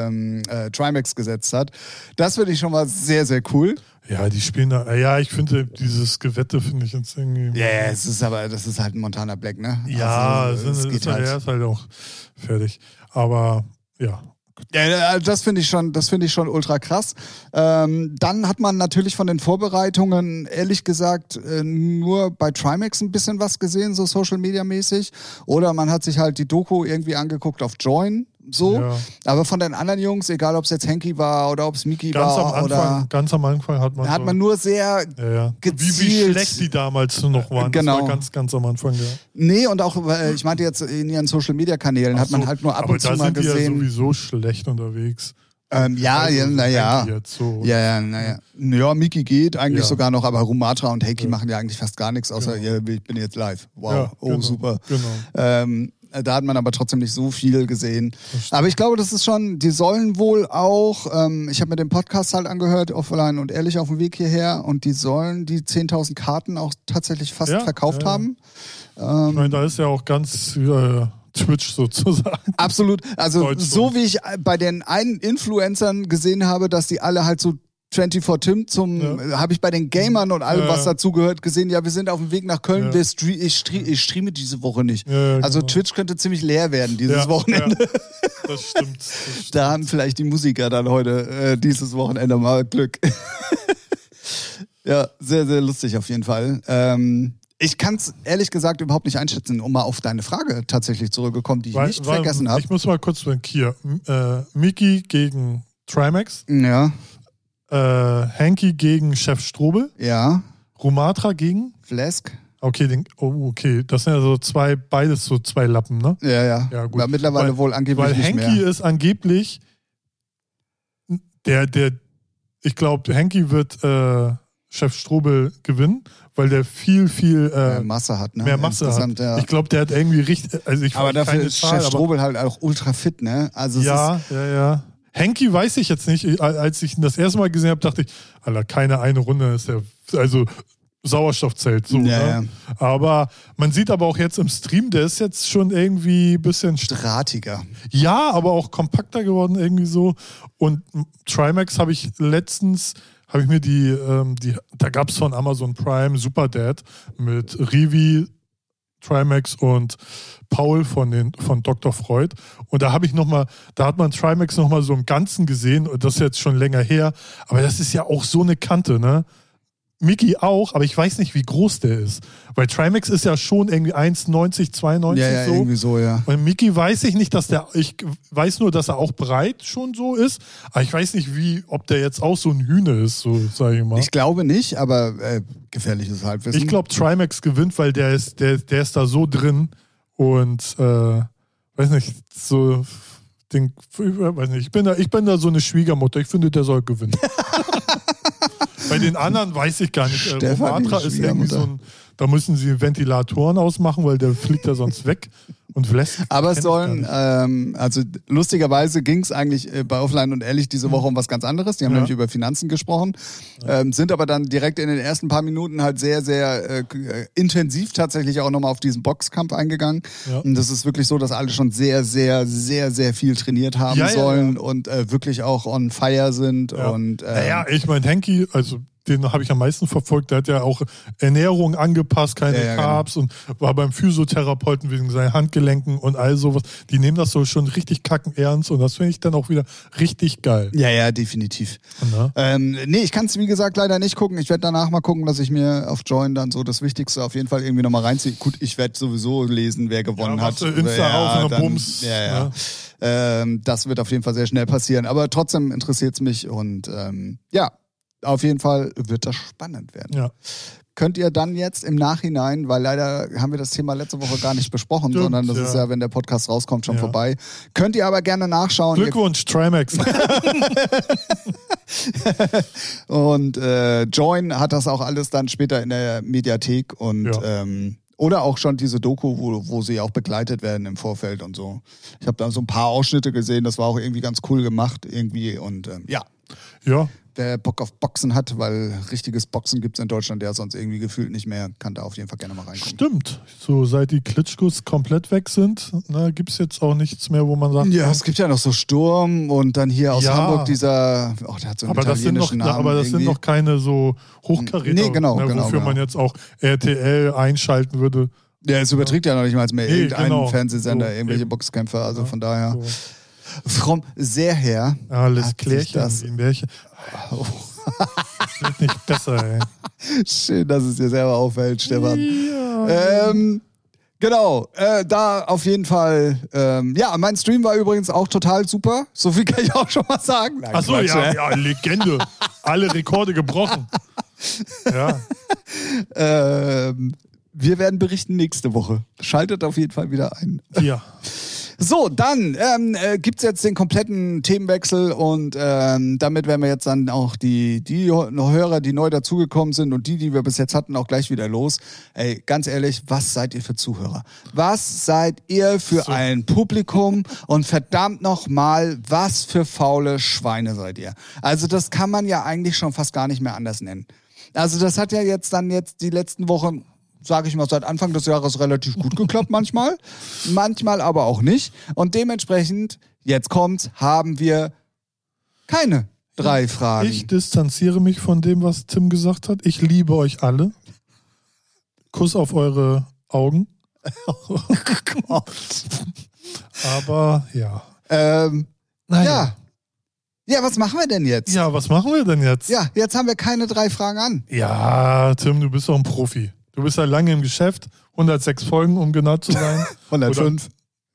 Speaker 2: ähm, äh, Trimax gesetzt hat. Das finde ich schon mal sehr, sehr cool.
Speaker 1: Ja, die spielen da. Ja, ich finde dieses Gewette finde ich jetzt irgendwie.
Speaker 2: Ja, yeah, es ist aber, das ist halt ein Montana Black, ne?
Speaker 1: Ja,
Speaker 2: Also,
Speaker 1: es
Speaker 2: es
Speaker 1: ist,
Speaker 2: geht
Speaker 1: ist,
Speaker 2: halt.
Speaker 1: er ist halt auch fertig. Aber ja,
Speaker 2: Ja, ja, das finde ich schon, das finde ich schon ultra krass. Ähm, dann hat man natürlich von den Vorbereitungen ehrlich gesagt äh, nur bei Trimax ein bisschen was gesehen, so Social Media mäßig. Oder man hat sich halt die Doku irgendwie angeguckt auf Join, so.
Speaker 1: Ja.
Speaker 2: Aber von den anderen Jungs, egal ob es jetzt Henki war oder ob es Miki
Speaker 1: ganz
Speaker 2: war
Speaker 1: am Anfang,
Speaker 2: oder
Speaker 1: ganz am Anfang hat man,
Speaker 2: hat
Speaker 1: so,
Speaker 2: man nur sehr
Speaker 1: ja, ja. Wie, wie
Speaker 2: gezielt-
Speaker 1: schlecht die damals noch waren.
Speaker 2: Genau.
Speaker 1: Das war ganz, ganz am Anfang. Ja.
Speaker 2: nee und auch äh, ich meinte jetzt in ihren Social Media Kanälen hat man
Speaker 1: So,
Speaker 2: halt nur ab
Speaker 1: aber
Speaker 2: und zu
Speaker 1: da
Speaker 2: mal
Speaker 1: sind Die ja
Speaker 2: gesehen.
Speaker 1: sowieso schlecht unterwegs.
Speaker 2: ähm, ja,
Speaker 1: Also,
Speaker 2: ja, naja.
Speaker 1: die Jetzt so.
Speaker 2: Ja, ja, naja. Ja, Miki geht eigentlich
Speaker 1: Ja. Genau.
Speaker 2: sogar noch, aber Rumatra und Heiki machen ja eigentlich fast gar nichts, außer ja, ich bin jetzt live. Wow,
Speaker 1: Ja,
Speaker 2: oh
Speaker 1: genau,
Speaker 2: super.
Speaker 1: Genau.
Speaker 2: Ähm, da hat man aber trotzdem nicht so viel gesehen. Aber ich glaube, das ist schon, die sollen wohl auch, ähm, ich habe mir den Podcast halt angehört, offline und ehrlich auf dem Weg hierher, und die sollen die 10.000 Karten auch tatsächlich fast
Speaker 1: Ja,
Speaker 2: verkauft
Speaker 1: ja, ja.
Speaker 2: haben. Ähm,
Speaker 1: Ich meine, da ist ja auch ganz äh, Twitch sozusagen.
Speaker 2: Absolut. Also
Speaker 1: Deutschland.
Speaker 2: so wie ich bei den einen Influencern gesehen habe, dass die alle halt so 24 Tim zum, äh, habe ich bei den Gamern und allem,
Speaker 1: Ja,
Speaker 2: was
Speaker 1: ja.
Speaker 2: dazugehört, gesehen, ja, wir sind auf dem Weg nach Köln,
Speaker 1: Ja.
Speaker 2: wir stre ich, stre ich streame diese Woche nicht.
Speaker 1: Ja, ja,
Speaker 2: also
Speaker 1: genau.
Speaker 2: Twitch könnte ziemlich leer werden dieses
Speaker 1: Ja,
Speaker 2: Wochenende. <laughs>
Speaker 1: Ja, das stimmt. Das stimmt.
Speaker 2: Da haben vielleicht die Musiker dann heute äh, dieses Wochenende mal Glück. <laughs> ja, sehr, sehr lustig auf jeden Fall. Ähm, ich kann es ehrlich gesagt überhaupt nicht einschätzen, um mal auf deine Frage tatsächlich zurückgekommen, die ich
Speaker 1: Weil-
Speaker 2: nicht
Speaker 1: weil-
Speaker 2: vergessen habe.
Speaker 1: Ich muss mal kurz sagen, hier, m- äh, Miki gegen Trimax,
Speaker 2: Ja,
Speaker 1: äh, Hanky gegen Chef Strobel,
Speaker 2: ja.
Speaker 1: Rumatra gegen,
Speaker 2: Flask?
Speaker 1: okay, den, oh, okay, das sind ja so zwei, beides so zwei Lappen, ne?
Speaker 2: Ja, ja.
Speaker 1: Ja, gut.
Speaker 2: War mittlerweile
Speaker 1: Weil-
Speaker 2: wohl angeblich
Speaker 1: Weil äh,
Speaker 2: nicht
Speaker 1: Hanky
Speaker 2: mehr.
Speaker 1: ist angeblich der, der, ich glaube, Hanky wird äh, Chef Strobel gewinnen, weil der viel, viel äh,
Speaker 2: Mehr Masse hat, ne?
Speaker 1: mehr Masse hat.
Speaker 2: Insgesamt, Ja.
Speaker 1: Ich glaube, der hat irgendwie richtig, also ich
Speaker 2: aber
Speaker 1: weiß
Speaker 2: dafür
Speaker 1: keine
Speaker 2: ist
Speaker 1: Zahl,
Speaker 2: Chef
Speaker 1: aber-
Speaker 2: Strobel halt auch ultra fit, ne? Also es ist,
Speaker 1: ja, ja, ja. Henki weiß ich jetzt nicht. Als ich ihn das erste Mal gesehen habe, dachte ich, Alter, keine eine Runde ist ja, also Sauerstoffzelt, so.
Speaker 2: Ja,
Speaker 1: ne? Aber man sieht aber auch jetzt im Stream, der ist jetzt schon irgendwie ein bisschen, st-
Speaker 2: drahtiger.
Speaker 1: ja, aber auch kompakter geworden irgendwie so. Und m, Trimax habe ich letztens, habe ich mir die, ähm, die da gab es von Amazon Prime Super Dad mit Rivi, Trimax und Paul von, den, von Dr. Freud. Und da habe ich nochmal, da hat man Trimax nochmal so im Ganzen gesehen und das ist jetzt schon länger her. Aber das ist ja auch so eine Kante, ne? Mickey auch, aber ich weiß nicht, wie groß der ist. Weil Trimax ist ja schon irgendwie 1,90, 92
Speaker 2: Ja, ja,
Speaker 1: so.
Speaker 2: irgendwie so, ja.
Speaker 1: Bei Mickey weiß ich nicht, dass der, ich weiß nur, dass er auch breit schon so ist, aber ich weiß nicht, wie, ob der jetzt auch so ein Hühne ist, so sage ich mal.
Speaker 2: Ich
Speaker 1: Ich,
Speaker 2: glaube nicht, aber äh, gefährliches Halbwissen.
Speaker 1: glaube, Trimax gewinnt, weil der ist, der, der ist da so drin und äh, weiß nicht, so den,
Speaker 2: <laughs>
Speaker 1: weiß nicht, ich bin da, ich bin da so eine Schwiegermutter, ich finde, der soll gewinnen. Bei den anderen weiß ich gar nicht. Äh,
Speaker 2: Stefanie
Speaker 1: Romatra ist irgendwie
Speaker 2: Schwiegermutter.
Speaker 1: so ein. Da müssen sie Ventilatoren ausmachen, weil der fliegt ja sonst weg und lässt.
Speaker 2: Aber es
Speaker 1: kenn ich
Speaker 2: sollen,
Speaker 1: gar
Speaker 2: ähm, also lustigerweise ging es eigentlich äh, bei Offline und Ehrlich diese Woche um was ganz anderes. Die haben
Speaker 1: Mhm. Ja.
Speaker 2: nämlich über Finanzen gesprochen, ähm, sind aber dann direkt in den ersten paar Minuten halt sehr, sehr äh, k- äh, intensiv tatsächlich auch nochmal auf diesen Boxkampf eingegangen.
Speaker 1: Ja.
Speaker 2: Und das ist wirklich so, dass alle schon sehr, sehr, sehr, sehr viel trainiert haben
Speaker 1: Ja, ja,
Speaker 2: sollen und äh, wirklich auch on fire sind.
Speaker 1: Ja.
Speaker 2: Und, ähm,
Speaker 1: naja, ich meine, Henki, also den habe ich am meisten verfolgt, der hat ja auch Ernährung angepasst, keine
Speaker 2: Ja, genau. ja,
Speaker 1: Carbs und war beim Physiotherapeuten wegen seinen Handgelenken und all sowas. Die nehmen das so schon richtig kacken ernst und das finde ich dann auch wieder richtig geil.
Speaker 2: ähm, ja, ja, definitiv.
Speaker 1: Ne?
Speaker 2: Ähm, nee, ich kann es wie gesagt leider nicht gucken. Ich werde danach mal gucken, dass ich mir auf Join dann so das Wichtigste auf jeden Fall irgendwie nochmal reinziehe. Gut, ich werde sowieso lesen, wer gewonnen
Speaker 1: Ja,
Speaker 2: hat.
Speaker 1: machst du Insta auf und dann bums,
Speaker 2: Ja, ja.
Speaker 1: ne?
Speaker 2: Ähm, das wird auf jeden Fall sehr schnell passieren. Aber trotzdem interessiert es mich und ähm, ja, auf jeden Fall wird das spannend werden.
Speaker 1: Ja.
Speaker 2: Könnt ihr dann jetzt im Nachhinein, weil leider haben wir das Thema letzte Woche gar nicht besprochen,
Speaker 1: Stimmt,
Speaker 2: sondern das
Speaker 1: ja.
Speaker 2: ist ja, wenn der Podcast rauskommt, schon
Speaker 1: Ja.
Speaker 2: vorbei. Könnt ihr aber gerne nachschauen. Ihr
Speaker 1: Glückwunsch,
Speaker 2: <laughs>
Speaker 1: Trimax.
Speaker 2: Und äh, Join hat das auch alles dann später in der Mediathek und
Speaker 1: Ja.
Speaker 2: ähm, oder auch schon diese Doku, wo, wo sie auch begleitet werden im Vorfeld und so. Ich habe da so ein paar Ausschnitte gesehen, das war auch irgendwie ganz cool gemacht irgendwie und ähm, ja,
Speaker 1: ja,
Speaker 2: wer Bock auf Boxen hat, weil richtiges Boxen gibt's in Deutschland ja sonst irgendwie gefühlt nicht mehr, kann da auf jeden Fall gerne mal reingucken.
Speaker 1: stimmt. So, seit die Klitschkos komplett weg sind, ne, gibt es jetzt auch nichts mehr, wo man sagt,
Speaker 2: Ja, es gibt ja noch so Sturm und dann hier aus
Speaker 1: Ja.
Speaker 2: Hamburg dieser, oh, der hat so einen
Speaker 1: Aber das, sind noch,
Speaker 2: italienischen Namen
Speaker 1: aber das sind
Speaker 2: irgendwie.
Speaker 1: noch keine so Hochkaräter,
Speaker 2: Nee, genau,
Speaker 1: ne,
Speaker 2: genau,
Speaker 1: wofür
Speaker 2: genau.
Speaker 1: man jetzt auch RTL einschalten würde.
Speaker 2: Ja, es überträgt ja noch nicht mal mehr
Speaker 1: Nee,
Speaker 2: irgendeinen
Speaker 1: genau.
Speaker 2: Fernsehsender,
Speaker 1: So,
Speaker 2: irgendwelche
Speaker 1: eben.
Speaker 2: Boxkämpfer. Also
Speaker 1: Ja,
Speaker 2: von daher.
Speaker 1: so.
Speaker 2: Vom sehr her.
Speaker 1: Alles
Speaker 2: Hat sich
Speaker 1: Klärchen,
Speaker 2: das- <laughs>
Speaker 1: wie ein Bärchen. Das <laughs> wird nicht besser, ey.
Speaker 2: Schön, dass es dir selber auffällt, Stefan.
Speaker 1: Ja.
Speaker 2: Ähm, genau, äh, da auf jeden Fall. Ähm, ja, mein Stream war übrigens auch total super. So viel kann ich auch schon mal sagen. Nein,
Speaker 1: Achso,
Speaker 2: Quatsch,
Speaker 1: ja,
Speaker 2: äh.
Speaker 1: ja, Legende. Alle Rekorde gebrochen. Ja,
Speaker 2: Ähm, wir werden berichten nächste Woche. Schaltet auf jeden Fall wieder ein.
Speaker 1: ja.
Speaker 2: So, dann ähm, äh, gibt's jetzt den kompletten Themenwechsel und ähm, damit werden wir jetzt dann auch die, die Hörer, die neu dazugekommen sind und die, die wir bis jetzt hatten, auch gleich wieder los. Ey, ganz ehrlich, was seid ihr für Zuhörer? Was seid ihr für
Speaker 1: So.
Speaker 2: ein Publikum? Und verdammt nochmal, was für faule Schweine seid ihr? Also das kann man ja eigentlich schon fast gar nicht mehr anders nennen. Also das hat ja jetzt dann jetzt die letzten Wochen sage ich mal, seit Anfang des Jahres relativ gut geklappt manchmal, manchmal aber auch nicht. Und dementsprechend, jetzt kommt's, haben wir keine drei Fragen.
Speaker 1: Ich distanziere mich von dem, was Tim gesagt hat. Ich liebe euch alle. Kuss auf eure
Speaker 2: <laughs>
Speaker 1: Augen.
Speaker 2: Oh
Speaker 1: Aber ja.
Speaker 2: ähm,
Speaker 1: Naja.
Speaker 2: ja. Ja, was machen wir denn jetzt?
Speaker 1: Ja, was machen wir denn jetzt?
Speaker 2: Ja, jetzt haben wir keine drei Fragen an.
Speaker 1: Ja, Tim, du bist doch ein Profi. Du bist ja lange im Geschäft. 106 Folgen, um genau zu
Speaker 2: <laughs>
Speaker 1: sein.
Speaker 2: 105.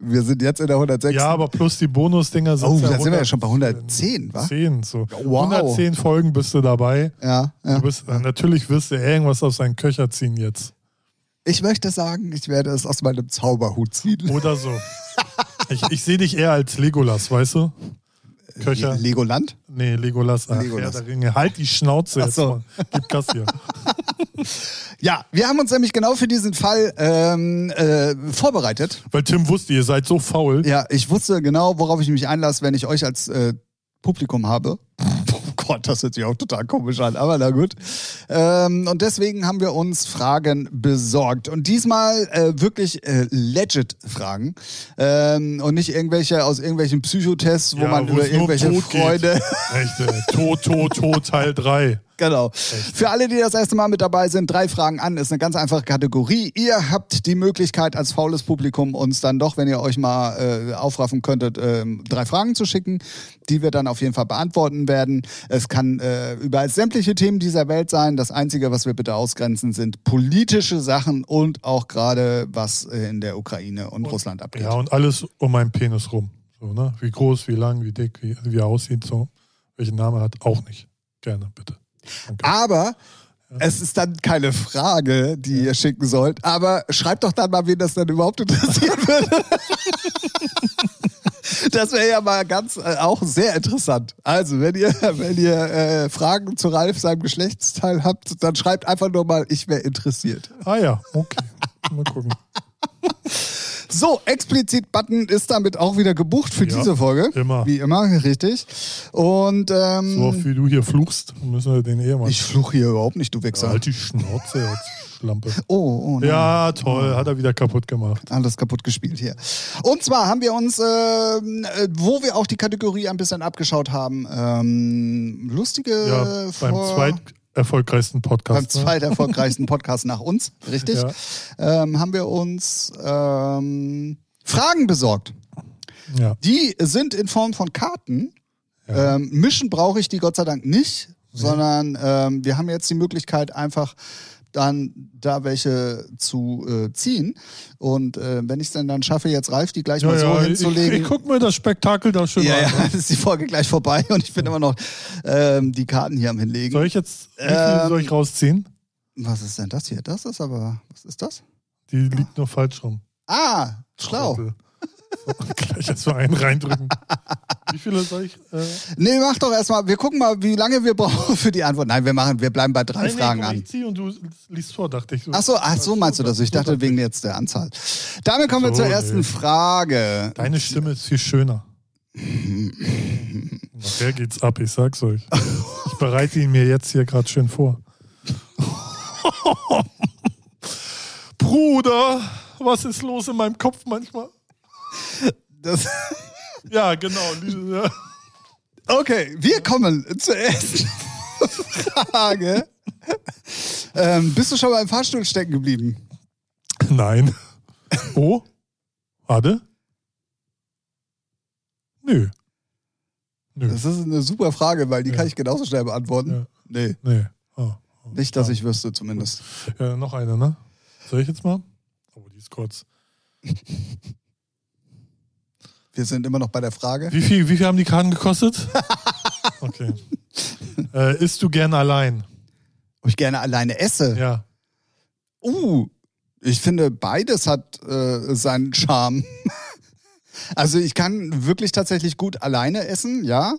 Speaker 2: Wir sind jetzt in der 106.
Speaker 1: ja, aber plus die Bonusdinger sind
Speaker 2: oh,
Speaker 1: ja
Speaker 2: da sind wir ja
Speaker 1: 100
Speaker 2: schon bei 110, wa?
Speaker 1: 110, so.
Speaker 2: Wow.
Speaker 1: 110 Folgen bist du dabei.
Speaker 2: Ja, ja.
Speaker 1: Du bist, natürlich wirst du irgendwas aus seinen Köcher ziehen jetzt.
Speaker 2: Ich möchte sagen, ich werde es aus meinem Zauberhut ziehen.
Speaker 1: Oder
Speaker 2: <laughs>
Speaker 1: so. ich ich sehe dich eher als Legolas, weißt du? Köcher.
Speaker 2: Legoland?
Speaker 1: nee, Legolas. Ach,
Speaker 2: Legolas.
Speaker 1: Legolas. Der Ringe. Halt die Schnauze
Speaker 2: Ach
Speaker 1: jetzt
Speaker 2: so.
Speaker 1: mal. Gib Gas hier.
Speaker 2: Ja, wir haben uns nämlich genau für diesen Fall ähm, äh, vorbereitet.
Speaker 1: Weil Tim wusste, ihr seid so faul.
Speaker 2: Ja, ich wusste genau, worauf ich mich einlasse, wenn ich euch als äh, Publikum habe. <laughs> Oh Gott, das hört sich auch total komisch an, aber na gut. Ähm, und deswegen haben wir uns Fragen besorgt. Und diesmal äh, wirklich äh, legit Fragen. Ähm, und nicht irgendwelche aus irgendwelchen Psychotests, wo
Speaker 1: Ja,
Speaker 2: man
Speaker 1: wo
Speaker 2: über
Speaker 1: es nur um
Speaker 2: irgendwelche
Speaker 1: Tod geht.
Speaker 2: Freunde.
Speaker 1: Echt, ey. Tod, Tod, Tod, Teil 3.
Speaker 2: Genau. Für alle, die das erste Mal mit dabei sind, drei Fragen an, ist eine ganz einfache Kategorie. Ihr habt die Möglichkeit, als faules Publikum uns dann doch, wenn ihr euch mal äh, aufraffen könntet, ähm, drei Fragen zu schicken, die wir dann auf jeden Fall beantworten werden. Es kann äh, über sämtliche Themen dieser Welt sein. Das Einzige, was wir bitte ausgrenzen, sind politische Sachen und auch gerade, was äh, in der Ukraine und, Russland abgeht.
Speaker 1: Ja, und alles um meinen Penis rum. So, ne? Wie groß, wie lang, wie dick, wie, wie er aussieht, so. Welchen Namen er hat, auch nicht. Gerne, bitte. Danke.
Speaker 2: Aber es ist dann keine Frage, die ihr schicken <laughs> sollt. Aber schreibt doch dann mal, wen das dann überhaupt interessieren würde. Das wäre ja mal ganz äh, auch sehr interessant. Also, wenn ihr, wenn ihr äh, Fragen zu Ralf, seinem Geschlechtsteil habt, dann schreibt einfach nur mal, ich wäre interessiert.
Speaker 1: Ah ja, okay. <laughs> Mal gucken.
Speaker 2: So, explizit Button ist damit auch wieder gebucht für
Speaker 1: Ja,
Speaker 2: diese Folge.
Speaker 1: immer.
Speaker 2: Wie immer, richtig. Und ähm,
Speaker 1: So oft wie du hier fluchst, müssen wir den eh mal.
Speaker 2: ich fluche hier überhaupt nicht, du Wichser.
Speaker 1: Halt die Schnauze jetzt,
Speaker 2: <laughs>
Speaker 1: Schlampe.
Speaker 2: Oh, oh nein.
Speaker 1: Ja, toll, hat er wieder kaputt gemacht.
Speaker 2: Alles kaputt gespielt hier. Und zwar haben wir uns, ähm, äh, wo wir auch die Kategorie ein bisschen abgeschaut haben, ähm, lustige
Speaker 1: Ja, beim
Speaker 2: Vor-
Speaker 1: zweit erfolgreichsten
Speaker 2: beim
Speaker 1: Podcast. ne?
Speaker 2: zweiterfolgreichsten Podcast
Speaker 1: <laughs>
Speaker 2: nach uns, richtig,
Speaker 1: Ja.
Speaker 2: ähm, haben wir uns ähm, Fragen besorgt.
Speaker 1: Ja.
Speaker 2: Die sind in Form von Karten.
Speaker 1: Ja.
Speaker 2: Ähm, mischen brauche ich die Gott sei Dank nicht, sondern ähm, wir haben jetzt die Möglichkeit einfach dann da welche zu äh, ziehen. Und äh, wenn ich es dann, dann schaffe, jetzt Ralf die gleich mal so
Speaker 1: Ja, ja, ich,
Speaker 2: hinzulegen.
Speaker 1: ich guck mir das Spektakel da schön
Speaker 2: ja,
Speaker 1: an.
Speaker 2: ja, <laughs> ist die Folge gleich vorbei und ich bin immer noch ähm, die Karten hier am hinlegen.
Speaker 1: Soll ich jetzt, wie
Speaker 2: Ähm,
Speaker 1: viel soll ich rausziehen?
Speaker 2: Was ist denn das hier? Das ist aber, was ist das?
Speaker 1: Die liegt nur falsch rum.
Speaker 2: Ah, schlau.
Speaker 1: Trottel. <laughs> Gleich erstmal einen reindrücken. Wie viele soll ich? Äh,
Speaker 2: Nee, mach doch erstmal, wir gucken mal, wie lange wir brauchen <laughs> für die Antwort. Nein, wir machen, wir bleiben bei drei
Speaker 1: nein, nee,
Speaker 2: Fragen
Speaker 1: komm,
Speaker 2: an.
Speaker 1: Ich ziehe und du liest vor, dachte ich.
Speaker 2: Ach so, ach so meinst du das? Ich dachte wegen jetzt der Anzahl. Damit kommen wir
Speaker 1: So,
Speaker 2: zur ersten
Speaker 1: nö.
Speaker 2: Frage.
Speaker 1: Deine Stimme ist viel
Speaker 2: <laughs>
Speaker 1: schöner. Nachher geht's ab, ich sag's euch. Ich bereite ihn mir jetzt hier gerade schön vor. <laughs> Bruder, was ist los in meinem Kopf manchmal?
Speaker 2: Das,
Speaker 1: Ja, genau. li- ja.
Speaker 2: okay, wir kommen zur ersten Frage. Ähm, bist du schon mal im Fahrstuhl stecken geblieben?
Speaker 1: <laughs> Nein. Oh? Warte. Nö. Nö.
Speaker 2: Das ist eine super Frage, weil die
Speaker 1: Ja.
Speaker 2: kann ich genauso schnell beantworten.
Speaker 1: Ja.
Speaker 2: Nee,
Speaker 1: Nee. Oh.
Speaker 2: nicht, dass ich wüsste zumindest.
Speaker 1: Ja, noch eine, ne? Soll ich jetzt mal? Oh, die ist kurz.
Speaker 2: Wir sind immer noch bei der Frage.
Speaker 1: Wie viel, wie viel haben die Karten
Speaker 2: <laughs>
Speaker 1: gekostet? Okay. Äh, isst du gern allein?
Speaker 2: Ob ich gerne alleine esse?
Speaker 1: Ja.
Speaker 2: Uh, ich finde, beides hat äh, seinen Charme. <laughs> also ich kann wirklich tatsächlich gut alleine essen, ja.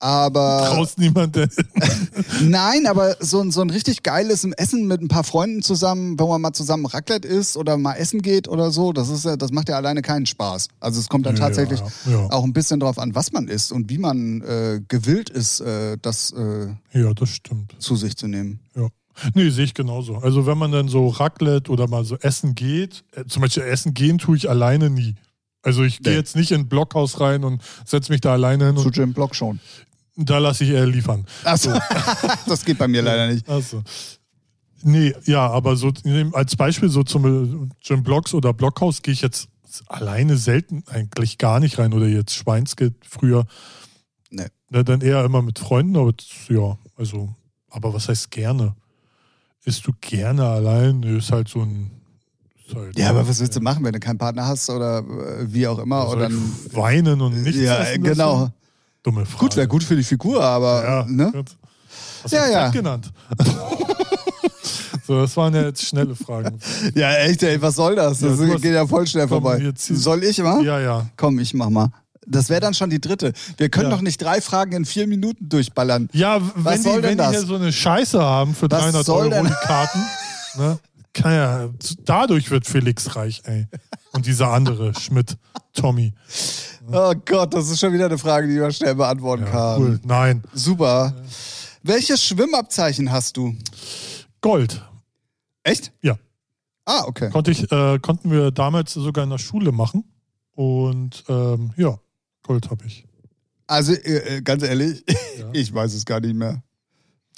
Speaker 2: Aber
Speaker 1: Traust niemand denn?
Speaker 2: nein, aber so, ein- so ein richtig geiles Essen mit ein paar Freunden zusammen, wenn man mal zusammen Raclette isst oder mal essen geht oder so, das ist ja, das macht ja alleine keinen Spaß. Also es kommt dann
Speaker 1: Ja,
Speaker 2: tatsächlich
Speaker 1: ja, ja.
Speaker 2: auch ein bisschen drauf an, was man isst und wie man äh, gewillt ist, äh, das äh,
Speaker 1: Ja, das stimmt.
Speaker 2: zu sich zu nehmen.
Speaker 1: Ja. Nee, sehe ich genauso. Also wenn man dann so Raclette oder mal so essen geht, äh, zum Beispiel essen gehen tue ich alleine nie. Also ich gehe
Speaker 2: Nee.
Speaker 1: jetzt nicht in ein Blockhaus rein und setze mich da alleine hin
Speaker 2: Zu
Speaker 1: und
Speaker 2: Jim Block schon.
Speaker 1: da lasse ich eher liefern.
Speaker 2: Achso,
Speaker 1: <laughs>
Speaker 2: das geht bei mir <laughs> leider nicht.
Speaker 1: Also. Nee, ja, aber so nehm- als Beispiel so zum äh, Jim Blocks oder Blockhaus gehe ich jetzt alleine selten eigentlich gar nicht rein oder jetzt Schweinskind früher.
Speaker 2: Nee.
Speaker 1: Na, dann eher immer mit Freunden, aber das- ja, also, aber was heißt gerne? Isst du gerne allein? Nö, Ist halt so ein. Ist halt
Speaker 2: Ja, aber was willst du machen, wenn du keinen Partner hast oder äh, wie auch immer?
Speaker 1: Soll
Speaker 2: oder
Speaker 1: ich weinen und nichts
Speaker 2: ja,
Speaker 1: essen?
Speaker 2: genau.
Speaker 1: Müssen? Dumme Frage.
Speaker 2: Gut, wäre gut für die Figur, aber
Speaker 1: Ja,
Speaker 2: ne?
Speaker 1: gut. Hast
Speaker 2: Ja,
Speaker 1: ja,
Speaker 2: ja.
Speaker 1: ja. genannt. <laughs> so, das waren ja jetzt schnelle Fragen.
Speaker 2: Ja, echt, ey, was soll das?
Speaker 1: Ja,
Speaker 2: Das
Speaker 1: du hast-
Speaker 2: geht ja voll schnell
Speaker 1: Komm,
Speaker 2: vorbei.
Speaker 1: wir ziehen-
Speaker 2: Soll ich mal?
Speaker 1: Ja, ja.
Speaker 2: Komm, ich mach mal. Das wäre dann schon die dritte. Wir können
Speaker 1: Ja.
Speaker 2: doch nicht drei Fragen in vier Minuten durchballern.
Speaker 1: Ja, w-
Speaker 2: Was
Speaker 1: wenn, die,
Speaker 2: soll denn
Speaker 1: wenn die
Speaker 2: das?
Speaker 1: hier so eine Scheiße haben für
Speaker 2: Was
Speaker 1: 300
Speaker 2: soll
Speaker 1: Euro
Speaker 2: denn-
Speaker 1: die
Speaker 2: <laughs>
Speaker 1: Karten, ne, kann ja, dadurch wird Felix reich, ey. Und dieser andere, Schmidt, Tommy.
Speaker 2: Oh Gott, das ist schon wieder eine Frage, die man schnell beantworten
Speaker 1: Ja,
Speaker 2: kann.
Speaker 1: cool. Nein,
Speaker 2: Super. Welches Schwimmabzeichen hast du?
Speaker 1: Gold.
Speaker 2: Echt?
Speaker 1: Ja,
Speaker 2: Ah, okay.
Speaker 1: konnte ich, äh, konnten wir damals sogar in der Schule machen. Und ähm, ja, Gold habe ich.
Speaker 2: Also, äh, äh, ganz ehrlich,
Speaker 1: Ja.
Speaker 2: <laughs> ich weiß es gar nicht mehr.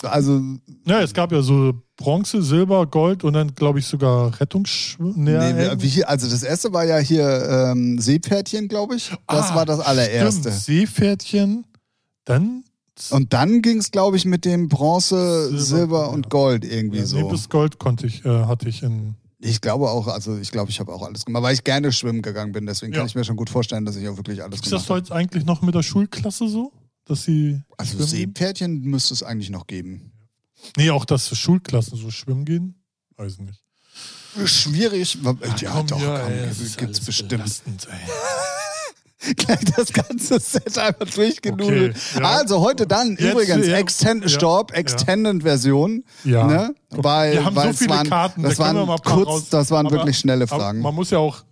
Speaker 2: Also,
Speaker 1: Ja, es gab ja so Bronze, Silber, Gold und dann, glaube ich, sogar Rettungsschwimmen.
Speaker 2: Nee, wir- wie hier, also das erste war ja hier ähm, Seepferdchen, glaube ich. Das
Speaker 1: Ah,
Speaker 2: war das allererste.
Speaker 1: Seepferdchen, dann
Speaker 2: Und dann ging es, glaube ich, mit dem Bronze, Silber,
Speaker 1: Silber,
Speaker 2: und
Speaker 1: ja.
Speaker 2: Gold irgendwie
Speaker 1: ja, äh, nee,
Speaker 2: so.
Speaker 1: bis Gold konnte ich, äh, hatte ich in
Speaker 2: Ich glaube auch, also ich glaube, ich habe auch alles gemacht, weil ich gerne schwimmen gegangen bin. Deswegen
Speaker 1: Ja.
Speaker 2: kann ich mir schon gut vorstellen, dass ich auch wirklich alles
Speaker 1: Ist das
Speaker 2: gemacht habe.
Speaker 1: heute eigentlich noch mit der Schulklasse so? Dass sie
Speaker 2: Also
Speaker 1: schwimmen?
Speaker 2: Seepferdchen müsste es eigentlich noch geben.
Speaker 1: Nee, auch dass Schulklassen so schwimmen gehen? Weiß nicht.
Speaker 2: Schwierig. Ja, doch, komm,
Speaker 1: ey, das
Speaker 2: gibt's
Speaker 1: ist alles
Speaker 2: bestimmt.
Speaker 1: belastend, ey.
Speaker 2: <laughs> gleich das ganze Set einmal durchgenudelt.
Speaker 1: Okay, ja.
Speaker 2: Also heute dann
Speaker 1: Jetzt,
Speaker 2: übrigens
Speaker 1: ja.
Speaker 2: Extend
Speaker 1: Ja,
Speaker 2: Storb,
Speaker 1: ja.
Speaker 2: Extended Version.
Speaker 1: Ja.
Speaker 2: Ne? Weil,
Speaker 1: Wir haben
Speaker 2: weil
Speaker 1: so
Speaker 2: es
Speaker 1: viele
Speaker 2: waren,
Speaker 1: Karten.
Speaker 2: Das
Speaker 1: da können
Speaker 2: waren
Speaker 1: wir mal ein paar
Speaker 2: kurz,
Speaker 1: raus-
Speaker 2: das waren
Speaker 1: Aber-
Speaker 2: wirklich schnelle
Speaker 1: aber
Speaker 2: Fragen.
Speaker 1: Man muss ja auch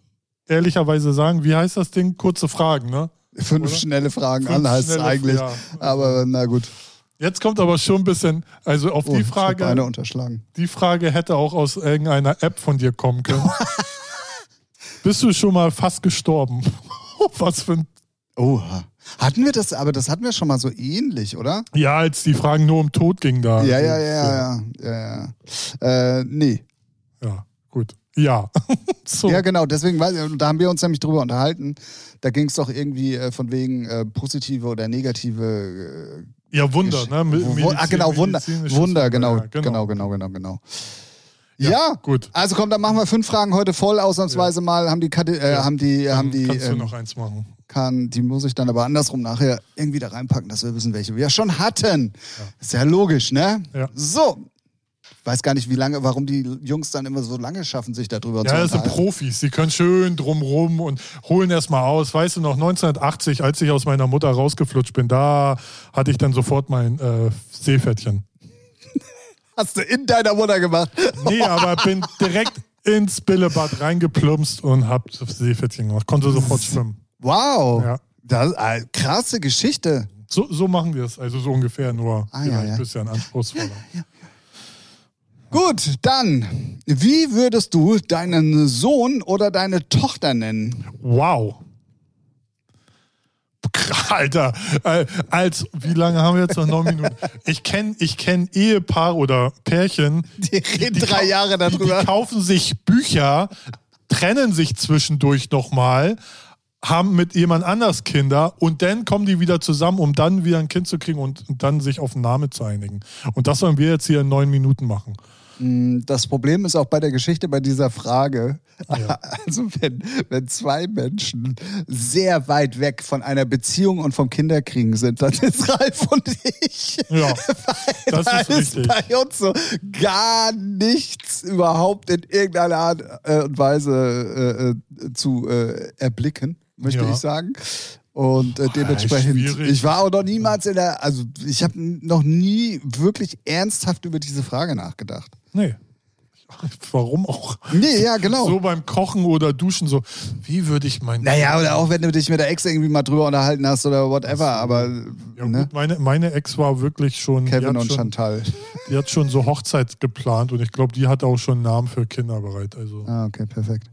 Speaker 1: ehrlicherweise sagen, wie heißt das Ding? Kurze Fragen, ne?
Speaker 2: Fünf
Speaker 1: oder?
Speaker 2: schnelle Fragen
Speaker 1: Fünf
Speaker 2: an heißt es
Speaker 1: schnelle-
Speaker 2: eigentlich.
Speaker 1: ja.
Speaker 2: Aber na gut.
Speaker 1: Jetzt kommt aber schon ein bisschen, also auf
Speaker 2: Oh,
Speaker 1: die
Speaker 2: Ich hab eine
Speaker 1: Frage,
Speaker 2: unterschlagen.
Speaker 1: die Frage hätte auch aus irgendeiner App von dir kommen
Speaker 2: <laughs>
Speaker 1: können. Bist du schon mal fast gestorben? <laughs> Was für ein
Speaker 2: Oha. Hatten wir das, aber das hatten wir schon mal so ähnlich, oder?
Speaker 1: Ja, als die Fragen nur um Tod ging da.
Speaker 2: Ja, ja, ja, ja, ja. ja. Äh, nee.
Speaker 1: Ja, gut. Ja. <laughs> so.
Speaker 2: Ja, genau, deswegen, weil, da haben wir uns nämlich drüber unterhalten. Da ging es doch irgendwie äh, von wegen äh, positive oder negative.
Speaker 1: Ja,
Speaker 2: Äh,
Speaker 1: Wunder, ne? Me-
Speaker 2: Wo- ah,
Speaker 1: Medizin-
Speaker 2: genau, Wunder.
Speaker 1: medizinisches
Speaker 2: Wunder, genau,
Speaker 1: Ja,
Speaker 2: genau, genau, genau, genau. Ja,
Speaker 1: Ja, gut.
Speaker 2: Also komm, dann machen wir fünf Fragen heute voll. Ausnahmsweise mal haben die, Kate- äh, haben die, haben die,
Speaker 1: Kannst du
Speaker 2: ähm,
Speaker 1: noch eins machen?
Speaker 2: kann, die muss ich dann aber andersrum nachher irgendwie da reinpacken, dass wir wissen, welche wir schon hatten. Ist ja logisch, ne?
Speaker 1: Ja.
Speaker 2: So. Ich weiß gar nicht, wie lange, warum die Jungs dann immer so lange schaffen, sich darüber zu
Speaker 1: Ja, das sind
Speaker 2: unterhalten.
Speaker 1: Profis. Die können schön drumrum und holen erstmal aus. Weißt du noch, 1980, als ich aus meiner Mutter rausgeflutscht bin, da hatte ich dann sofort mein äh, Seepferdchen.
Speaker 2: Hast du in deiner Mutter gemacht. <laughs>
Speaker 1: Nee, aber bin direkt ins Bällebad reingeplumpst und hab Seepferdchen gemacht. Konnte sofort schwimmen.
Speaker 2: Wow.
Speaker 1: Ja.
Speaker 2: Das, äh, krasse Geschichte.
Speaker 1: So, so machen wir es. Also so ungefähr nur.
Speaker 2: Ah, ja,
Speaker 1: vielleicht
Speaker 2: ja.
Speaker 1: ein bisschen anspruchsvoller.
Speaker 2: Gut, dann, wie würdest du deinen Sohn oder deine Tochter nennen?
Speaker 1: Wow. Alter, äh, als wie lange haben wir jetzt noch neun Minuten? Ich kenne ich kenn Ehepaare oder Pärchen,
Speaker 2: Die reden
Speaker 1: die
Speaker 2: drei
Speaker 1: kau-
Speaker 2: Jahre
Speaker 1: Die, die
Speaker 2: darüber.
Speaker 1: kaufen sich Bücher, trennen sich zwischendurch nochmal, haben mit jemand anders Kinder und dann kommen die wieder zusammen, um dann wieder ein Kind zu kriegen und, und dann sich auf einen Namen zu einigen. Und das sollen wir jetzt hier in neun Minuten machen.
Speaker 2: Das Problem ist auch bei der Geschichte, bei dieser Frage.
Speaker 1: Ja.
Speaker 2: <laughs> Also, wenn, wenn zwei Menschen sehr weit weg von einer Beziehung und vom Kinderkriegen sind,
Speaker 1: <laughs>
Speaker 2: dann ist Ralf und ich. <laughs>
Speaker 1: Ja, das
Speaker 2: da
Speaker 1: ist richtig.
Speaker 2: bei uns so gar nichts überhaupt in irgendeiner Art äh, und Weise äh, äh, zu äh, erblicken, möchte
Speaker 1: Ja.
Speaker 2: ich sagen. Und äh, dementsprechend,
Speaker 1: schwierig.
Speaker 2: ich war auch noch niemals in der, also ich habe noch nie wirklich ernsthaft über diese
Speaker 1: <laughs>
Speaker 2: Frage nachgedacht.
Speaker 1: Nee. Warum auch?
Speaker 2: Nee, ja, genau.
Speaker 1: So beim Kochen oder Duschen, so, wie würde ich meinen.
Speaker 2: Naja, oder auch wenn du dich mit der Ex irgendwie mal drüber unterhalten hast oder whatever, aber
Speaker 1: Ja,
Speaker 2: ne?
Speaker 1: gut, meine, meine Ex war wirklich schon.
Speaker 2: Kevin
Speaker 1: die hat
Speaker 2: und
Speaker 1: schon,
Speaker 2: Chantal.
Speaker 1: Die hat schon so Hochzeit geplant und ich glaube, die hatte auch schon einen Namen für Kinder bereit. Also,
Speaker 2: Ah, okay, perfekt.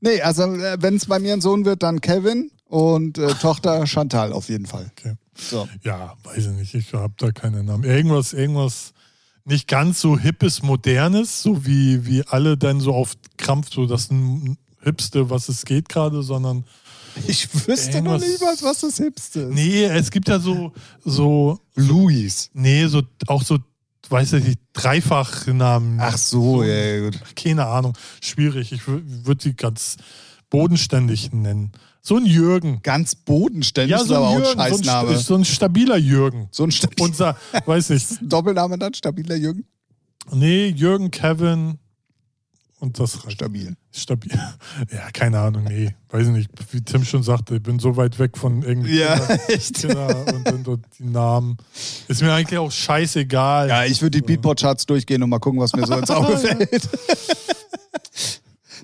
Speaker 2: Nee, also wenn es bei mir ein Sohn wird, dann Kevin und äh, Tochter Chantal auf jeden Fall.
Speaker 1: okay.
Speaker 2: So.
Speaker 1: Ja, weiß ich nicht, ich habe da keinen Namen. Irgendwas, irgendwas nicht ganz so hippes, modernes, so wie, wie alle dann so auf Krampf, so das N- Hipste, was es geht gerade, sondern.
Speaker 2: Ich wüsste noch
Speaker 1: Irgendwas-
Speaker 2: niemals, was das Hipste ist.
Speaker 1: Nee, es gibt ja so, so
Speaker 2: Luis.
Speaker 1: Nee, so auch so, weiß ich nicht, Dreifachnamen.
Speaker 2: Ach so, ja, ja, gut.
Speaker 1: Keine Ahnung. Schwierig. Ich würde sie ganz bodenständig nennen. So ein Jürgen.
Speaker 2: Ganz bodenständig
Speaker 1: Ja,
Speaker 2: ist
Speaker 1: so
Speaker 2: aber
Speaker 1: ein
Speaker 2: auch ein
Speaker 1: Jürgen. So ein,
Speaker 2: Scheißname.
Speaker 1: st- so ein stabiler Jürgen.
Speaker 2: So ein, stabi-
Speaker 1: Unser, <laughs> weiß ich.
Speaker 2: Doppelname dann, stabiler Jürgen?
Speaker 1: Nee, Jürgen, Kevin und das reicht.
Speaker 2: Stabil.
Speaker 1: Stabil. <laughs> Ja, keine Ahnung, nee. Weiß ich nicht. Wie Tim schon sagte, ich bin so weit weg von irgendwie
Speaker 2: Ja,
Speaker 1: Kinder-
Speaker 2: <laughs> echt.
Speaker 1: Kinder und, und, und die Namen. Ist mir eigentlich auch scheißegal.
Speaker 2: Ja, ich würde die Beatport-Charts durchgehen und mal gucken, was mir so
Speaker 1: <laughs>
Speaker 2: ins Auge fällt.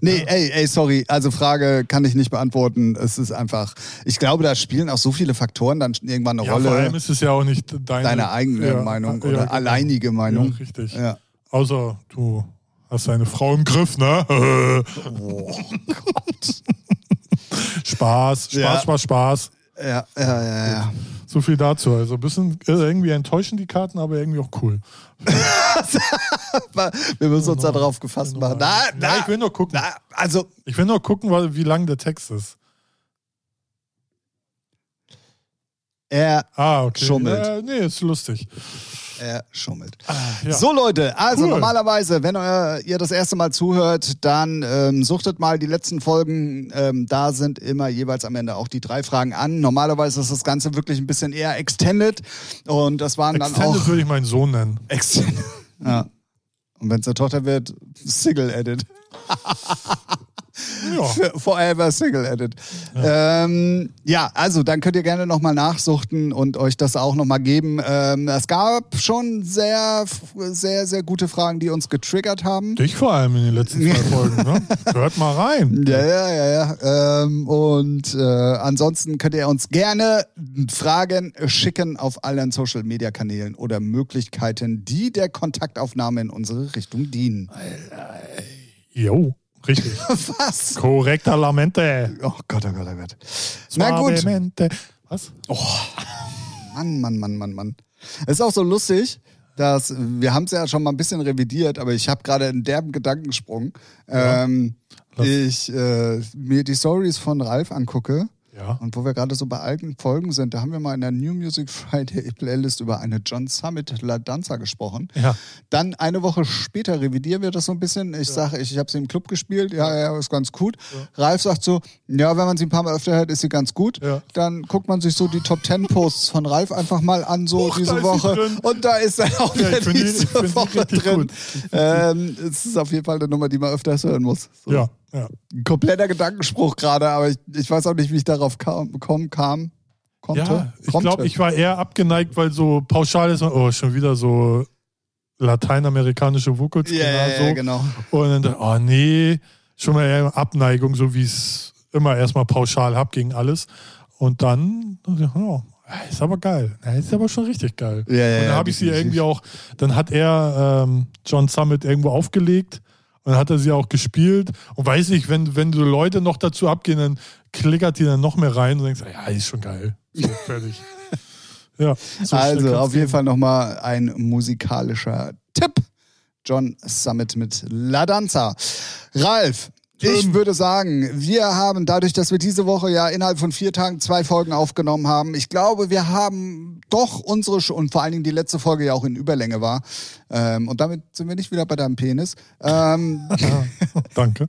Speaker 2: Nee, ey, ey, sorry. Also Frage kann ich nicht beantworten. Es ist einfach, ich glaube, da spielen auch so viele Faktoren dann irgendwann eine
Speaker 1: Ja, vor allem
Speaker 2: Rolle.
Speaker 1: ist es ja auch nicht deine,
Speaker 2: Deine eigene
Speaker 1: Ja,
Speaker 2: Meinung
Speaker 1: ja,
Speaker 2: oder
Speaker 1: genau.
Speaker 2: alleinige Meinung.
Speaker 1: Ja, richtig.
Speaker 2: Ja.
Speaker 1: Außer du hast deine Frau im Griff, ne? <laughs>
Speaker 2: Oh
Speaker 1: Spaß, Spaß,
Speaker 2: Ja.
Speaker 1: Spaß, Spaß.
Speaker 2: Ja, ja, ja, ja.
Speaker 1: So viel dazu. Also ein bisschen äh, irgendwie enttäuschen die Karten, aber irgendwie auch cool.
Speaker 2: Aber Wir müssen uns da drauf gefasst machen. Na,
Speaker 1: Ja, Genau.
Speaker 2: na,
Speaker 1: Also ich will nur gucken.
Speaker 2: na, also,
Speaker 1: Ich will nur gucken, weil- wie lang der Text ist.
Speaker 2: er,
Speaker 1: Ah, okay.
Speaker 2: Schummelt.
Speaker 1: Äh, nee, ist lustig.
Speaker 2: er schummelt.
Speaker 1: Ja.
Speaker 2: Ah, So Leute, also
Speaker 1: Cool.
Speaker 2: normalerweise, wenn ihr, ihr das erste Mal zuhört, dann ähm, suchtet mal die letzten Folgen. Ähm, da sind immer jeweils am Ende auch die drei Fragen an. Normalerweise ist das Ganze wirklich ein bisschen eher extended und das waren dann
Speaker 1: Extended
Speaker 2: auch <laughs>
Speaker 1: würde ich meinen Sohn nennen.
Speaker 2: extended. ja. Und wenn es eine Tochter wird, Single Edit.
Speaker 1: Ja.
Speaker 2: <laughs> Forever Single Edit. Ja. Ähm, ja, also dann könnt ihr gerne nochmal nachsuchten und euch das auch nochmal geben. Ähm, es gab schon sehr, sehr, sehr gute Fragen, die uns getriggert haben.
Speaker 1: Dich vor allem in den letzten
Speaker 2: <laughs>
Speaker 1: zwei Folgen, ne? Hört mal rein.
Speaker 2: Ja, ja, ja, ja. Ähm, und äh, ansonsten könnt ihr uns gerne Fragen schicken auf allen Social Media Kanälen oder Möglichkeiten, die der Kontaktaufnahme in unsere Richtung dienen.
Speaker 1: Jo, richtig.
Speaker 2: Was?
Speaker 1: Korrekter Lamente.
Speaker 2: Oh Gott, oh Gott, oh Gott. Na gut.
Speaker 1: Suavemente. Was?
Speaker 2: Oh. Mann, Mann, Mann, Mann, Mann. Es ist auch so lustig, dass wir haben es ja schon mal ein bisschen revidiert, aber ich habe gerade einen derben Gedankensprung.
Speaker 1: Ja.
Speaker 2: Ähm,
Speaker 1: Lass-
Speaker 2: ich äh, mir die Stories von Ralf angucke.
Speaker 1: Ja.
Speaker 2: Und wo wir gerade so bei alten Folgen sind, da haben wir mal in der New Music Friday Playlist über eine John Summit La Danza gesprochen.
Speaker 1: Ja.
Speaker 2: Dann eine Woche später revidieren wir das so ein bisschen. Ich sage, ich, ich habe sie im Club gespielt. Ja, ja, ist ganz gut. Ralf sagt so, ja, wenn man sie ein paar Mal öfter hört, ist sie ganz gut.
Speaker 1: Ja.
Speaker 2: Dann guckt man sich so die Top Ten Posts von Ralf einfach mal an, so
Speaker 1: Huch, da
Speaker 2: diese
Speaker 1: ist sie
Speaker 2: Woche.
Speaker 1: drin.
Speaker 2: Und da ist dann auch
Speaker 1: Ja,
Speaker 2: wieder
Speaker 1: ich find die- ich
Speaker 2: diese
Speaker 1: find die
Speaker 2: Woche
Speaker 1: richtig
Speaker 2: drin.
Speaker 1: gut.
Speaker 2: Ähm, es ist auf jeden Fall eine Nummer, die man öfters hören muss. So.
Speaker 1: Ja. ja.
Speaker 2: Ein kompletter Gedankenspruch gerade, aber ich, ich weiß auch nicht, wie ich darauf kam, komm, kam, konnte.
Speaker 1: Ja, ich
Speaker 2: konnte.
Speaker 1: glaube, ich war eher abgeneigt, weil so pauschal ist, man, oh, schon wieder so lateinamerikanische Vocals.
Speaker 2: Ja, ja,
Speaker 1: so.
Speaker 2: ja, genau.
Speaker 1: Und dann, dachte ich, oh nee, schon mal eher Abneigung, so wie ich es immer erstmal pauschal hab gegen alles. Und dann, dachte ich, ja, ist aber geil. Ja, Ist aber schon richtig geil.
Speaker 2: Ja, ja,
Speaker 1: und dann
Speaker 2: ja,
Speaker 1: habe ich sie
Speaker 2: definitiv.
Speaker 1: irgendwie auch, dann hat er ähm, John Summit irgendwo aufgelegt und dann hat er sie auch gespielt. Und weiß nicht, wenn, wenn so Leute noch dazu abgehen, dann klickert die dann noch mehr rein und denkst, ja, ist schon geil. So,
Speaker 2: <laughs>
Speaker 1: fertig. ja, so
Speaker 2: also
Speaker 1: schnell
Speaker 2: auf
Speaker 1: kann's
Speaker 2: jeden
Speaker 1: gehen.
Speaker 2: Fall nochmal ein musikalischer Tipp. John Summit mit La Danza. Ralf, ich
Speaker 1: Tim.
Speaker 2: würde sagen, wir haben dadurch, dass wir diese Woche ja innerhalb von vier Tagen zwei Folgen aufgenommen haben, ich glaube, wir haben doch unsere, Sch- und vor allen Dingen die letzte Folge ja auch in Überlänge war, ähm, und damit sind wir nicht wieder bei deinem Penis, ähm, <laughs>
Speaker 1: Danke.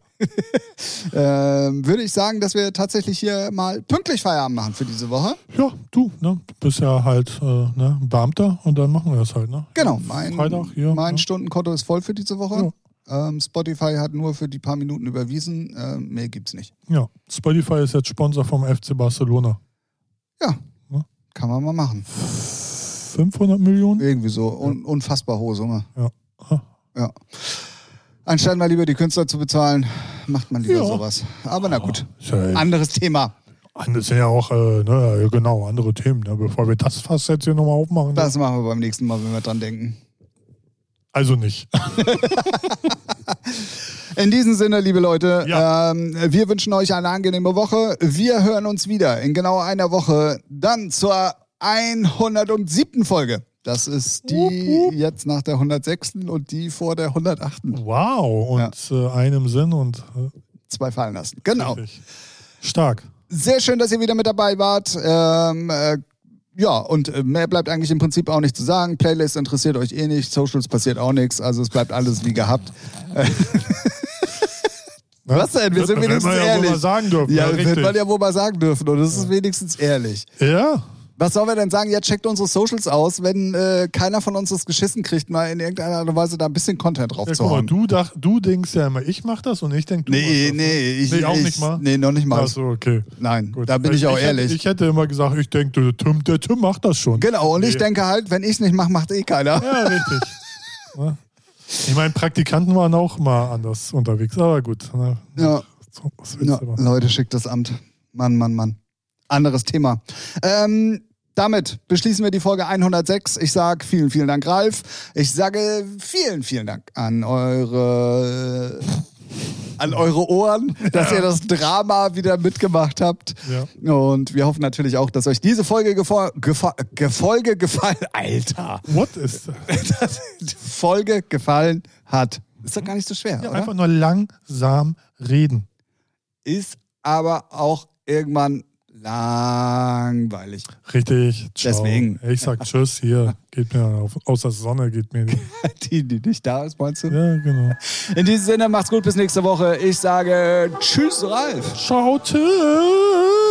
Speaker 2: ähm, würde ich sagen, dass wir tatsächlich hier mal pünktlich Feierabend machen für diese Woche.
Speaker 1: Ja, du, ne? Du bist ja halt äh, ne? ein Beamter und dann machen wir das halt, ne?
Speaker 2: Genau, mein,
Speaker 1: Freitag, ja.
Speaker 2: mein
Speaker 1: ja.
Speaker 2: Stundenkonto ist voll für diese Woche. Ähm, Spotify hat nur für die paar Minuten überwiesen. Ähm, mehr gibt's nicht.
Speaker 1: ja. Spotify ist jetzt Sponsor vom FC Barcelona.
Speaker 2: Ja,
Speaker 1: Ja.
Speaker 2: kann man mal machen.
Speaker 1: 500 Millionen?
Speaker 2: Irgendwie so. Un unfassbar hohe Summe.
Speaker 1: Ja. Ah,
Speaker 2: Ja. Anstatt mal lieber die Künstler zu bezahlen, macht man lieber
Speaker 1: Ja. Ah.
Speaker 2: sowas. Aber na gut.
Speaker 1: ist ja, ey,
Speaker 2: Anderes Thema.
Speaker 1: das sind ja auch, äh, ne, ja, genau, andere Themen, ne? bevor wir das fast jetzt hier nochmal aufmachen.
Speaker 2: Das machen wir beim nächsten Mal, wenn wir dran denken.
Speaker 1: Also nicht.
Speaker 2: In diesem Sinne, liebe Leute,
Speaker 1: Ja.
Speaker 2: ähm, wir wünschen euch eine angenehme Woche. Wir hören uns wieder in genau einer Woche, dann zur 107. Folge. Das ist die
Speaker 1: Wupp, wupp.
Speaker 2: jetzt nach der 106. und die vor der 108.
Speaker 1: Wow, und äh, einem Sinn und
Speaker 2: Zwei fallen lassen.
Speaker 1: äh,
Speaker 2: Genau.
Speaker 1: richtig. stark.
Speaker 2: Sehr schön, dass ihr wieder mit dabei wart. Ähm, äh, ja, und äh, mehr bleibt eigentlich im Prinzip auch nicht zu sagen. Playlist interessiert euch eh nicht, Socials passiert auch nichts, also es bleibt alles wie gehabt. <laughs>
Speaker 1: Ne?
Speaker 2: Was denn?
Speaker 1: Wird-
Speaker 2: Wir sind
Speaker 1: wird
Speaker 2: wenigstens
Speaker 1: man ja wohl
Speaker 2: ehrlich.
Speaker 1: mal sagen dürfen.
Speaker 2: Ja,
Speaker 1: Ja,
Speaker 2: wird man
Speaker 1: richtig.
Speaker 2: ja wohl mal sagen dürfen und das ist wenigstens ehrlich.
Speaker 1: ja.
Speaker 2: Was sollen wir denn sagen? Jetzt checkt unsere Socials aus, wenn äh, keiner von uns das geschissen kriegt, mal in irgendeiner Art und Weise da ein bisschen Content drauf
Speaker 1: Ja,
Speaker 2: zu
Speaker 1: guck mal,
Speaker 2: hauen.
Speaker 1: du, dach, du denkst ja immer, ich mach das und ich denk, du machst
Speaker 2: Nee,
Speaker 1: das. ne?
Speaker 2: nee, ich,
Speaker 1: Nee, auch
Speaker 2: ich,
Speaker 1: nicht mal?
Speaker 2: Nee, noch nicht mal.
Speaker 1: Achso, okay.
Speaker 2: Nein,
Speaker 1: Gut.
Speaker 2: da bin
Speaker 1: Weil
Speaker 2: ich auch
Speaker 1: hätte-
Speaker 2: ehrlich.
Speaker 1: ich hätte immer gesagt, ich denke, der Tim, der Tim macht das schon.
Speaker 2: genau, und ich
Speaker 1: Nee.
Speaker 2: denke halt, wenn ich es nicht mache, macht eh keiner.
Speaker 1: Ja,
Speaker 2: <laughs>
Speaker 1: richtig. Ne? ich meine, Praktikanten waren auch mal anders unterwegs, aber gut. Ne?
Speaker 2: Ja.
Speaker 1: So, was willst
Speaker 2: Ja,
Speaker 1: du machen?
Speaker 2: Leute, schickt das Amt. Mann, Mann, Mann. Anderes Thema. Ähm, damit beschließen wir die Folge 106. Ich sage vielen, vielen Dank, Ralf. Ich sage vielen, vielen Dank an eure an
Speaker 1: <laughs>
Speaker 2: eure Ohren, dass ihr das Drama wieder mitgemacht habt.
Speaker 1: Ja.
Speaker 2: Und wir hoffen natürlich auch, dass euch diese Folge gefo gefa Gefolge gefallen. Alter! <laughs>
Speaker 1: What ist das?
Speaker 2: Die Folge gefallen hat. Ist doch gar nicht so schwer, oder?
Speaker 1: Einfach nur langsam reden.
Speaker 2: ist aber auch irgendwann langweilig. <laughs>
Speaker 1: Richtig. Ciao.
Speaker 2: Deswegen.
Speaker 1: Ich sag Tschüss hier. Geht mir auf, aus der Sonne geht mir nicht.
Speaker 2: Die, die nicht da ist, meinst du?
Speaker 1: Ja,
Speaker 2: <laughs>
Speaker 1: genau.
Speaker 2: In diesem Sinne, macht's gut, bis nächste Woche. Ich sage Tschüss, Ralf.
Speaker 1: Ciao, Tim.